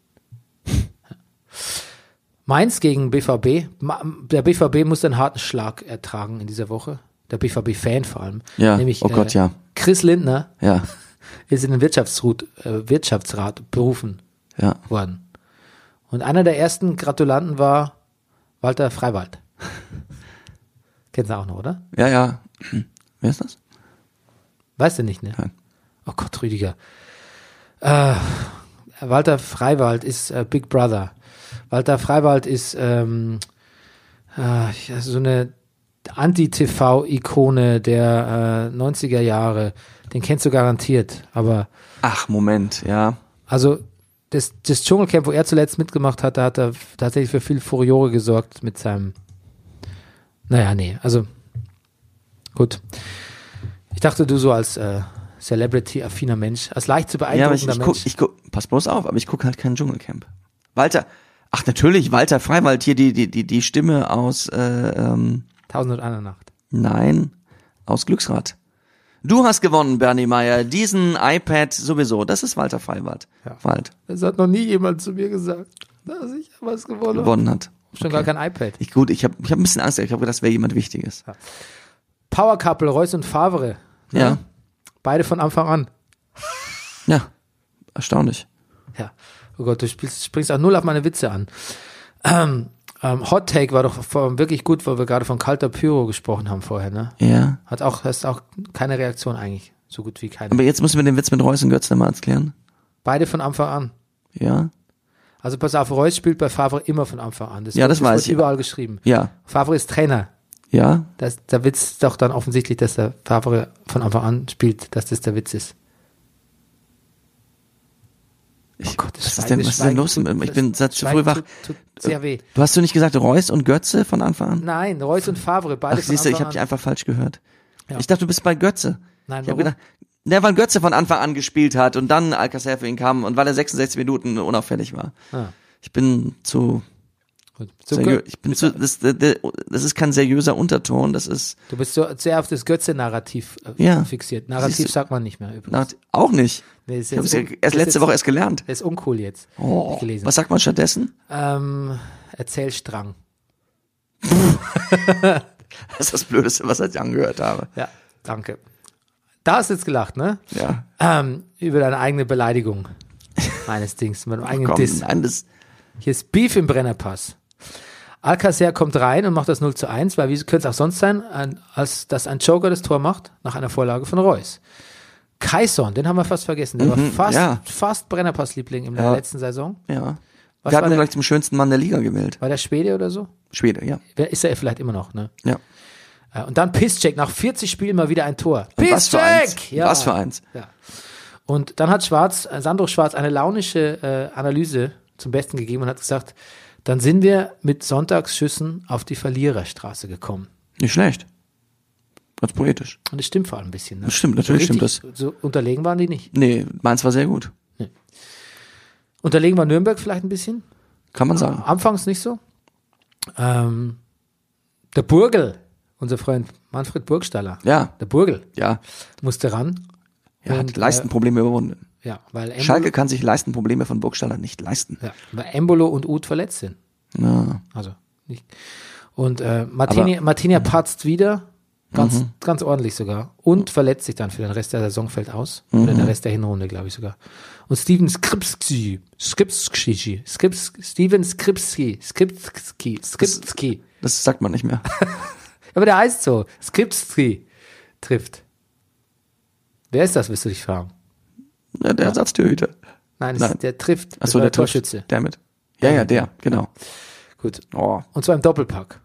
Mainz gegen BVB. Ma- Der BVB muss einen harten Schlag ertragen in dieser Woche. Der BVB-Fan vor allem. äh,
Ja, oh Gott, ja.
Chris Lindner
Ja.
ist in den Wirtschaftsrat, äh, Wirtschaftsrat berufen
Ja.
worden. Und einer der ersten Gratulanten war Walter Freiwald. Kennst du auch noch, oder?
Ja, ja. Wer ist das?
Weißt du nicht, ne?
Nein.
Oh Gott, Rüdiger. Äh, Walter Freiwald ist äh, Big Brother. Walter Freiwald ist ähm, äh, ja, so eine Anti-TV-Ikone der äh, 90er Jahre. Den kennst du garantiert. Aber
Ach, Moment, ja.
also das, das Dschungelcamp, wo er zuletzt mitgemacht hat, da hat er f- tatsächlich für viel Furore gesorgt mit seinem. Naja, nee, also gut. Ich dachte, du so als äh, Celebrity-affiner Mensch, als leicht zu
Ja, aber ich,
beeindruckender
ich
Mensch.
guck, ich guck, pass bloß auf, aber ich guck halt kein Dschungelcamp. Walter, ach natürlich, Walter Freiwald hier, die, die, die, die Stimme aus, äh, ähm,
1001 Nacht.
nein, aus Glücksrad. Du hast gewonnen, Bernie Meyer. Diesen iPad sowieso. Das ist Walter Freiwald.
Ja.
Wald
Das hat noch nie jemand zu mir gesagt, dass ich was gewonnen habe.
gewonnen hat.
Schon gar kein iPad.
Ich, gut, ich habe ich hab ein bisschen Angst. Ich habe gedacht, das wäre jemand Wichtiges.
Power Couple, Reus und Favre. ne?
Ja.
Beide von Anfang an.
Ja. Erstaunlich.
Ja. Oh Gott, du spielst, springst auch null auf meine Witze an. Ähm, ähm, Hot Take war doch vor- wirklich gut, weil wir gerade von kalter Pyro gesprochen haben vorher, ne?
Ja.
Hat auch, hast auch keine Reaktion eigentlich. So gut wie keine.
Aber jetzt müssen wir den Witz mit Reus und Götz nochmal erklären.
Beide von Anfang an.
Ja.
Also pass auf, Reus spielt bei Favre immer von Anfang an.
Ja, das
wird,
weiß
wird
ich.
überall geschrieben.
Ja.
Favre ist Trainer.
Ja.
Das, der Witz ist doch dann offensichtlich, dass der Favre von Anfang an spielt, dass das der Witz ist.
Ich,
Gott, das
Oh was ist
Schweigen-
denn, was ist denn
Schweigen
los?
tut-
mit mir? ich
das
bin seit zu
Schweigen
früh wach.
tut- tut Sehr weh.
Du hast du nicht gesagt Reus und Götze von Anfang an?
Nein, Reus und Favre, beide
Ach, siehst
von
du, ich
Anfang
habe dich
an.
einfach falsch gehört.
Ja.
Ich dachte, du bist bei Götze.
Nein,
ich habe
warum?
gedacht, na, weil Götze von Anfang an gespielt hat und dann Alcacer für ihn kam und weil er 66 Minuten unauffällig war.
Ah,
Ich bin zu,
gut. So,
seriö-
Gö-
ich bin zu das, das, das ist kein seriöser Unterton, das ist
Du bist so sehr auf das Götze-Narrativ äh,
Ja.
fixiert.
Siehst
Narrativ
du-
sagt man nicht mehr übrigens.
na, auch nicht.
Nee, ist
Ich habe es
jetzt
ja
un-
erst
ist
letzte
jetzt-
Woche erst gelernt.
Das ist uncool jetzt. Hab ich
Oh,
gelesen.
was sagt man stattdessen?
Ähm, Erzählstrang.
Das ist das Blödeste, was ich angehört habe.
Ja, danke. Da hast du jetzt gelacht, ne?
Ja.
Ähm, über deine eigene Beleidigung meines Dings, meinem eigenen
Komm,
Diss.
nein, das,
Hier ist Beef im Brennerpass. Alcacer kommt rein und macht das 0 zu 1, weil wie könnte es auch sonst sein, ein, als dass ein Joker das Tor macht, nach einer Vorlage von Reus. Kaison, den haben wir fast vergessen. Der war fast,
Mhm, ja.
fast Brennerpass-Liebling in der
Ja.
letzten Saison.
ja.
Was
Wir
war
hatten
der-
gleich zum schönsten Mann der Liga gewählt.
War der Schwede oder so?
Schwede, ja.
Wer Ist er vielleicht immer noch, ne?
ja.
Ja, Und dann Pisscheck, nach 40 Spielen mal wieder ein Tor.
Und Was für eins.
Pisscheck! Ja.
Was für eins.
Und dann hat Schwarz, äh, Sandro Schwarz eine launische äh, Analyse zum Besten gegeben und hat gesagt, dann sind wir mit Sonntagsschüssen auf die Verliererstraße gekommen.
Nicht schlecht. Ganz poetisch.
Und das stimmt vor allem ein bisschen. Ne?
Das stimmt, natürlich
so
stimmt
richtig- So unterlegen waren die nicht.
Nee, meins war sehr gut.
Unterlegen war Nürnberg vielleicht ein bisschen.
Kann man sagen.
Anfangs nicht so. Ähm, der Burgel, unser Freund Manfred Burgstaller.
Ja,
Der Burgel
ja.
musste ran.
Er hat
Und,
Leistenprobleme überwunden.
Äh, ja, weil Embolo,
Schalke kann sich Leistenprobleme von Burgstaller nicht leisten.
ja, weil Embolo und Uth verletzt sind.
Ja.
Also nicht. Und äh, Martini, Martinia patzt wieder, ganz, ganz ordentlich sogar, und verletzt sich dann für den Rest der Saison, fällt aus. Oder der Rest der Hinrunde, glaube ich sogar. Und Steven Skripski, Skripski, Skrips, Steven Skripski, Skripski, Skripski.
Das sagt man nicht mehr.
Aber der heißt so, Skripski trifft. Wer ist das, wirst du dich fragen?
Ja, der Ersatztürhüter.
Nein, es,
Nein.
der trifft. Das
Achso,
war
der Torschütze.
Torschütze.
Damit. Ja, ja, der, genau.
Gut.
Oh.
Und zwar im Doppelpack.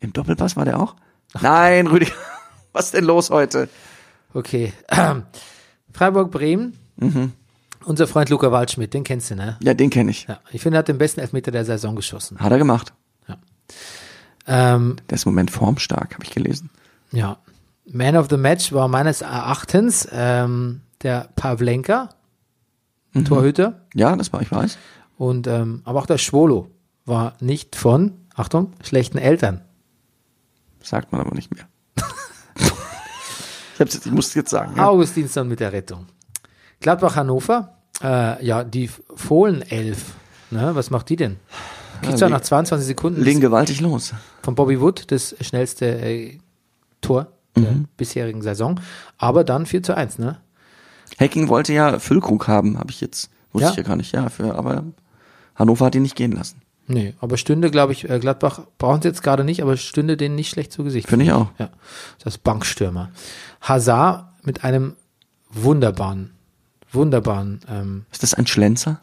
Im Doppelpass war der auch? Nein, Rüdiger. Was denn los heute?
Okay. Freiburg-Bremen. Unser Freund Luca Waldschmidt, den kennst du, ne?
Ja, den kenne ich.
Ja, ich finde, er hat den besten Elfmeter der Saison geschossen.
Hat er gemacht.
Ähm,
Der ist im Moment formstark, habe ich gelesen.
ja. Man of the Match war meines Erachtens ähm, der Pavlenka, Torhüter.
Ja, das war, ich weiß.
Und, ähm, aber auch der Schwolo war nicht von, Achtung, schlechten Eltern.
Sagt man aber nicht mehr. ich, hab's jetzt, ich muss es jetzt sagen. Ja.
Augustinsson mit der Rettung. Gladbach-Hannover, äh, ja, die Fohlenelf. Ne, was macht die denn? Kriegt ja,
leg-
nach 22 Sekunden
Legen gewaltig los.
von Bobby Wood, das schnellste äh, Tor der
Mhm.
bisherigen Saison. Aber dann 4 zu 1, ne?
Hacking wollte ja Füllkrug haben, habe ich jetzt. Wusste
Ja.
ich ja gar nicht. Ja, für, aber Hannover hat ihn nicht gehen lassen.
Nee, aber stünde, glaube ich, äh, Gladbach brauchen sie jetzt gerade nicht, aber stünde denen nicht schlecht zu Gesicht.
Finde ich auch.
Ja, das Bankstürmer. Hazard mit einem wunderbaren, wunderbaren, ähm,
Ist das ein Schlenzer?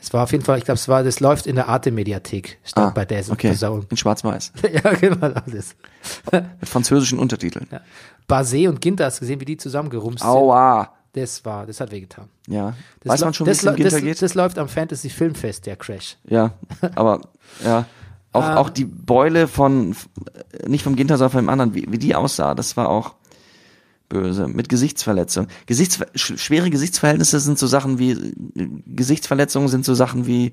es war auf jeden Fall, ich glaube, es war, das läuft in der Arte-Mediathek, statt bei der
Ah, okay.
Saison.
In schwarz-weiß.
ja, genau, das ist.
Mit französischen Untertiteln.
Basé und Ginter, hast du gesehen, wie die zusammengerumst sind?
Aua.
Das war, das hat wehgetan.
Ja.
Das
Weiß
lau-
man schon, wie
das
es im
lau-
Ginter
das,
geht?
Das läuft am Fantasy Filmfest, der Crash.
Ja, aber ja. Auch, auch die Beule von, nicht vom Ginter, sondern von dem anderen, wie, wie die aussah, das war auch böse. Mit Gesichtsverletzung. Gesichts, sch- schwere Gesichtsverhältnisse sind so Sachen wie, Gesichtsverletzungen sind so Sachen wie,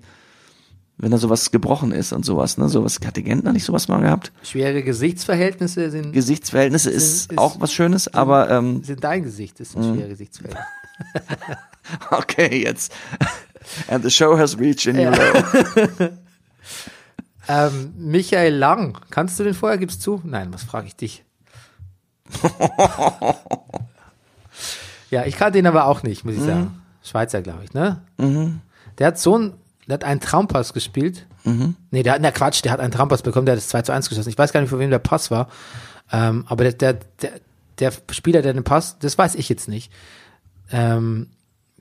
wenn da sowas gebrochen ist und sowas, ne? Sowas, hatte Gentner nicht sowas mal gehabt?
Schwere Gesichtsverhältnisse sind,
Gesichtsverhältnisse ist,
Ist- ist-
auch was Schönes, aber ähm,
sind dein Gesicht, ist
Mhm.
ein schwere Gesichtsverhältnis.
okay, jetzt. And the show has reached a new level.
Ähm, Michael Lang, kannst du den vorher? Gibst zu? Nein, was frage ich dich? ja, ich kannte ihn aber auch nicht, muss ich sagen. Schweizer, glaube ich, ne? Der hat so ein, der hat einen Traumpass gespielt. Nee, der hat, na Quatsch, der hat einen Traumpass bekommen, der hat das 2 zu 1 geschossen. Ich weiß gar nicht, von wem der Pass war. Ähm, aber der, der, der, der Spieler, der den Pass, das weiß ich jetzt nicht. Ähm,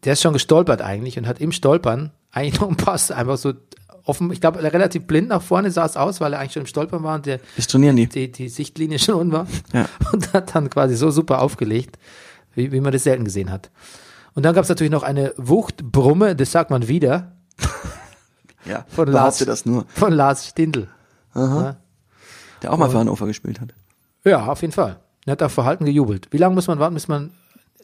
der ist schon gestolpert eigentlich und hat im Stolpern eigentlich noch einen Pass einfach so offen, ich glaube, relativ blind nach vorne sah es aus, weil er eigentlich schon im Stolpern war und der,
Wir trainieren die.
die, die Sichtlinie schon unten war.
Ja.
Und hat dann quasi so super aufgelegt, wie, wie man das selten gesehen hat. Und dann gab es natürlich noch eine Wuchtbrumme, das sagt man wieder,
Ja,
Von Lars.
behaupte das nur.
von Lars Stindl.
Der auch mal für Hannover gespielt hat.
Ja, auf jeden Fall. Er hat auch verhalten gejubelt. Wie lange muss man warten, bis man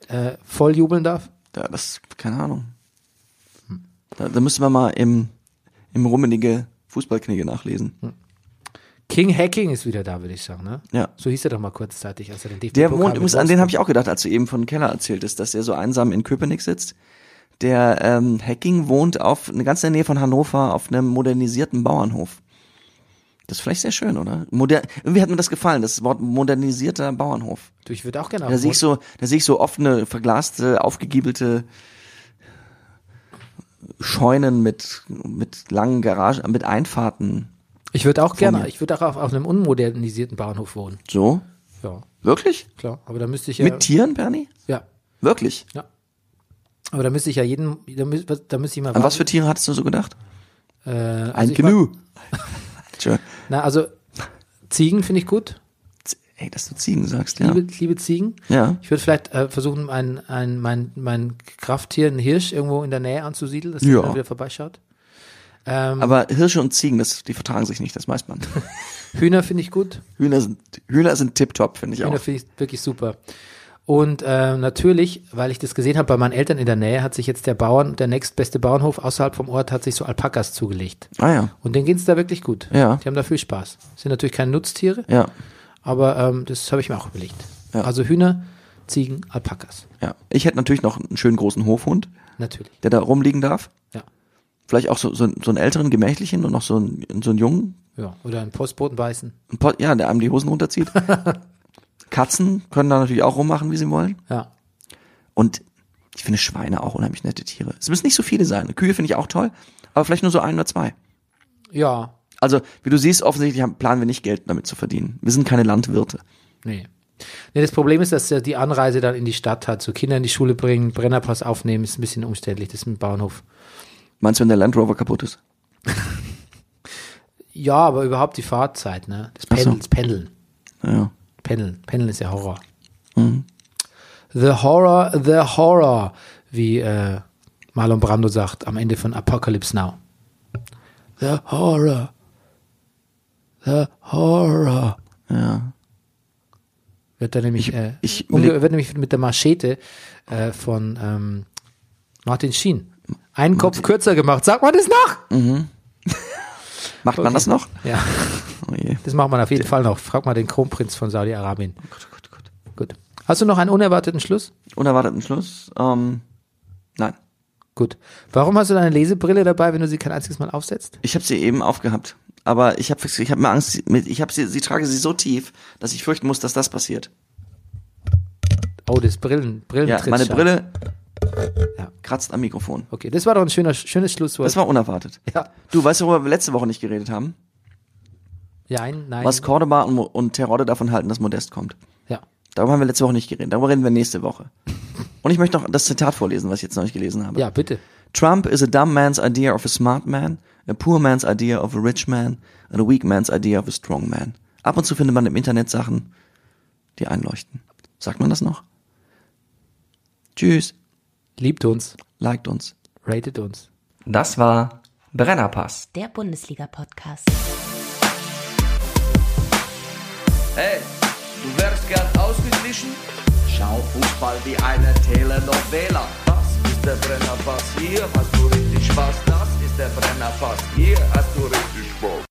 äh, voll jubeln darf?
Ja, das, keine Ahnung. Da, da müsste man mal im, im Rummenige Fußballknigge nachlesen.
King Hacking ist wieder da, würde ich sagen. Ne?
Ja.
So hieß er doch mal kurzzeitig, als er den DFB
Der wohnt, übrigens, an den habe ich auch gedacht, als du eben von Keller erzähltest, dass der so einsam in Köpenick sitzt. Der ähm, Hacking wohnt auf, ganz in der Nähe von Hannover auf einem modernisierten Bauernhof. Das ist vielleicht sehr schön, oder? Moder Irgendwie hat mir das gefallen, das Wort modernisierter Bauernhof.
Du, ich würde auch gerne
Da sehe ich so, da sehe ich so offene, verglaste, aufgegiebelte Scheunen mit, mit langen Garagen, mit Einfahrten.
Ich würde auch gerne, ich würde auch auf, auf einem unmodernisierten Bahnhof wohnen.
So?
Ja,
Wirklich?
klar. Aber da müsste ich ja.
Mit Tieren, Bernie?
ja.
Wirklich?
Aber da müsste ich ja jeden, da müsste, da müsste ich mal
An was für Tiere hattest du so gedacht?
Äh, also
Ein
ich war-
Gnu. Tja.
Na, also Ziegen finde ich gut.
Z- Ey, dass du Ziegen sagst,
Ich
ja.
Liebe, liebe Ziegen.
Ja.
Ich würde vielleicht äh, versuchen, ein, ein, mein, mein Krafttier, einen Hirsch, irgendwo in der Nähe anzusiedeln, dass
Ja.
er wieder vorbeischaut. Ähm,
Aber Hirsche und Ziegen, das, die vertragen sich nicht, das weiß man.
Hühner finde ich gut.
Hühner sind, Hühner sind tipptopp, finde ich
Hühner
auch.
finde ich wirklich super. Und äh, natürlich, weil ich das gesehen habe bei meinen Eltern in der Nähe, hat sich jetzt der Bauern, der nächstbeste Bauernhof außerhalb vom Ort, hat sich so Alpakas zugelegt.
Ah ja,
Und denen geht es da wirklich gut.
Ja.
Die haben da viel Spaß. Sind natürlich keine Nutztiere,
ja,
aber ähm, das habe ich mir auch überlegt.
Ja.
Also Hühner, Ziegen, Alpakas.
ja. Ich hätte natürlich noch einen schönen großen Hofhund,
Natürlich.
der da rumliegen darf.
Ja.
Vielleicht auch so, so, einen- so einen älteren, gemächlichen und noch so einen, so einen jungen.
ja. Oder einen Postboten beißen.
Ein Pot- Ja, der einem die Hosen runterzieht. Katzen können da natürlich auch rummachen, wie sie wollen.
Ja.
Und ich finde Schweine auch unheimlich nette Tiere. Es müssen nicht so viele sein. Kühe finde ich auch toll, aber vielleicht nur so ein oder zwei.
Ja.
Also, wie du siehst, offensichtlich haben, planen wir nicht Geld damit zu verdienen. Wir sind keine Landwirte.
Nee. nee. Das Problem ist, dass ja die Anreise dann in die Stadt hat. So Kinder in die Schule bringen, Brennerpass aufnehmen, ist ein bisschen umständlich. Das ist mit dem Bauernhof.
Meinst du, wenn der Land Rover kaputt ist?
Ja, aber überhaupt die Fahrzeit, ne? Das
Ach so.
Pendeln, das Pendeln.
Ja.
Pendeln. Pendeln ist ja Horror.
Mhm.
The Horror, the Horror, wie äh, Marlon Brando sagt am Ende von Apocalypse Now. The Horror. The Horror.
Ja.
Wird da nämlich, äh,
ich
umge-
überleg-
wird nämlich mit der Machete äh, von ähm, Martin Sheen einen Kopf kürzer gemacht. Sagt man das noch?
Mhm. Macht man das noch?
Ja,
Oh je.
das macht man auf jeden Fall noch. Frag mal den Kronprinz von Saudi-Arabien. Gut. Hast du noch einen unerwarteten Schluss?
Unerwarteten Schluss? Ähm, nein.
Gut. Warum hast du deine Lesebrille dabei, wenn du sie kein einziges Mal aufsetzt?
Ich habe sie eben aufgehabt. Aber ich habe ich hab mir Angst, sie- mit, ich habe sie, sie trage sie so tief, dass ich fürchten muss, dass das passiert.
Oh, das Brillen, Brillen
Ja, meine Brille
Ja.
kratzt am Mikrofon.
Okay, das war doch ein schöner, schönes Schlusswort.
Das war unerwartet.
ja.
Du, weißt du, worüber wir letzte Woche nicht geredet haben?
ja, ein, nein.
Was Cordoba und, Mo- und Terodde davon halten, dass Modest kommt.
ja.
Darüber haben wir letzte Woche nicht geredet. Darüber reden wir nächste Woche. Und ich möchte noch das Zitat vorlesen, was ich jetzt noch nicht gelesen habe.
ja, bitte.
Trump is a dumb man's idea of a smart man, a poor man's idea of a rich man and a weak man's idea of a strong man. Ab und zu findet man im Internet Sachen, die einleuchten. Sagt man das noch? Tschüss,
Liebt uns,
liked uns.
ratet uns.
Das war Brennerpass.
Der Bundesliga-Podcast.
Hey, du wärst gern ausgeglichen? Schau Fußball wie eine Telenovela. Das ist der Brennerpass, hier hast du richtig Spaß. Das ist der Brennerpass, hier hast du richtig Spaß.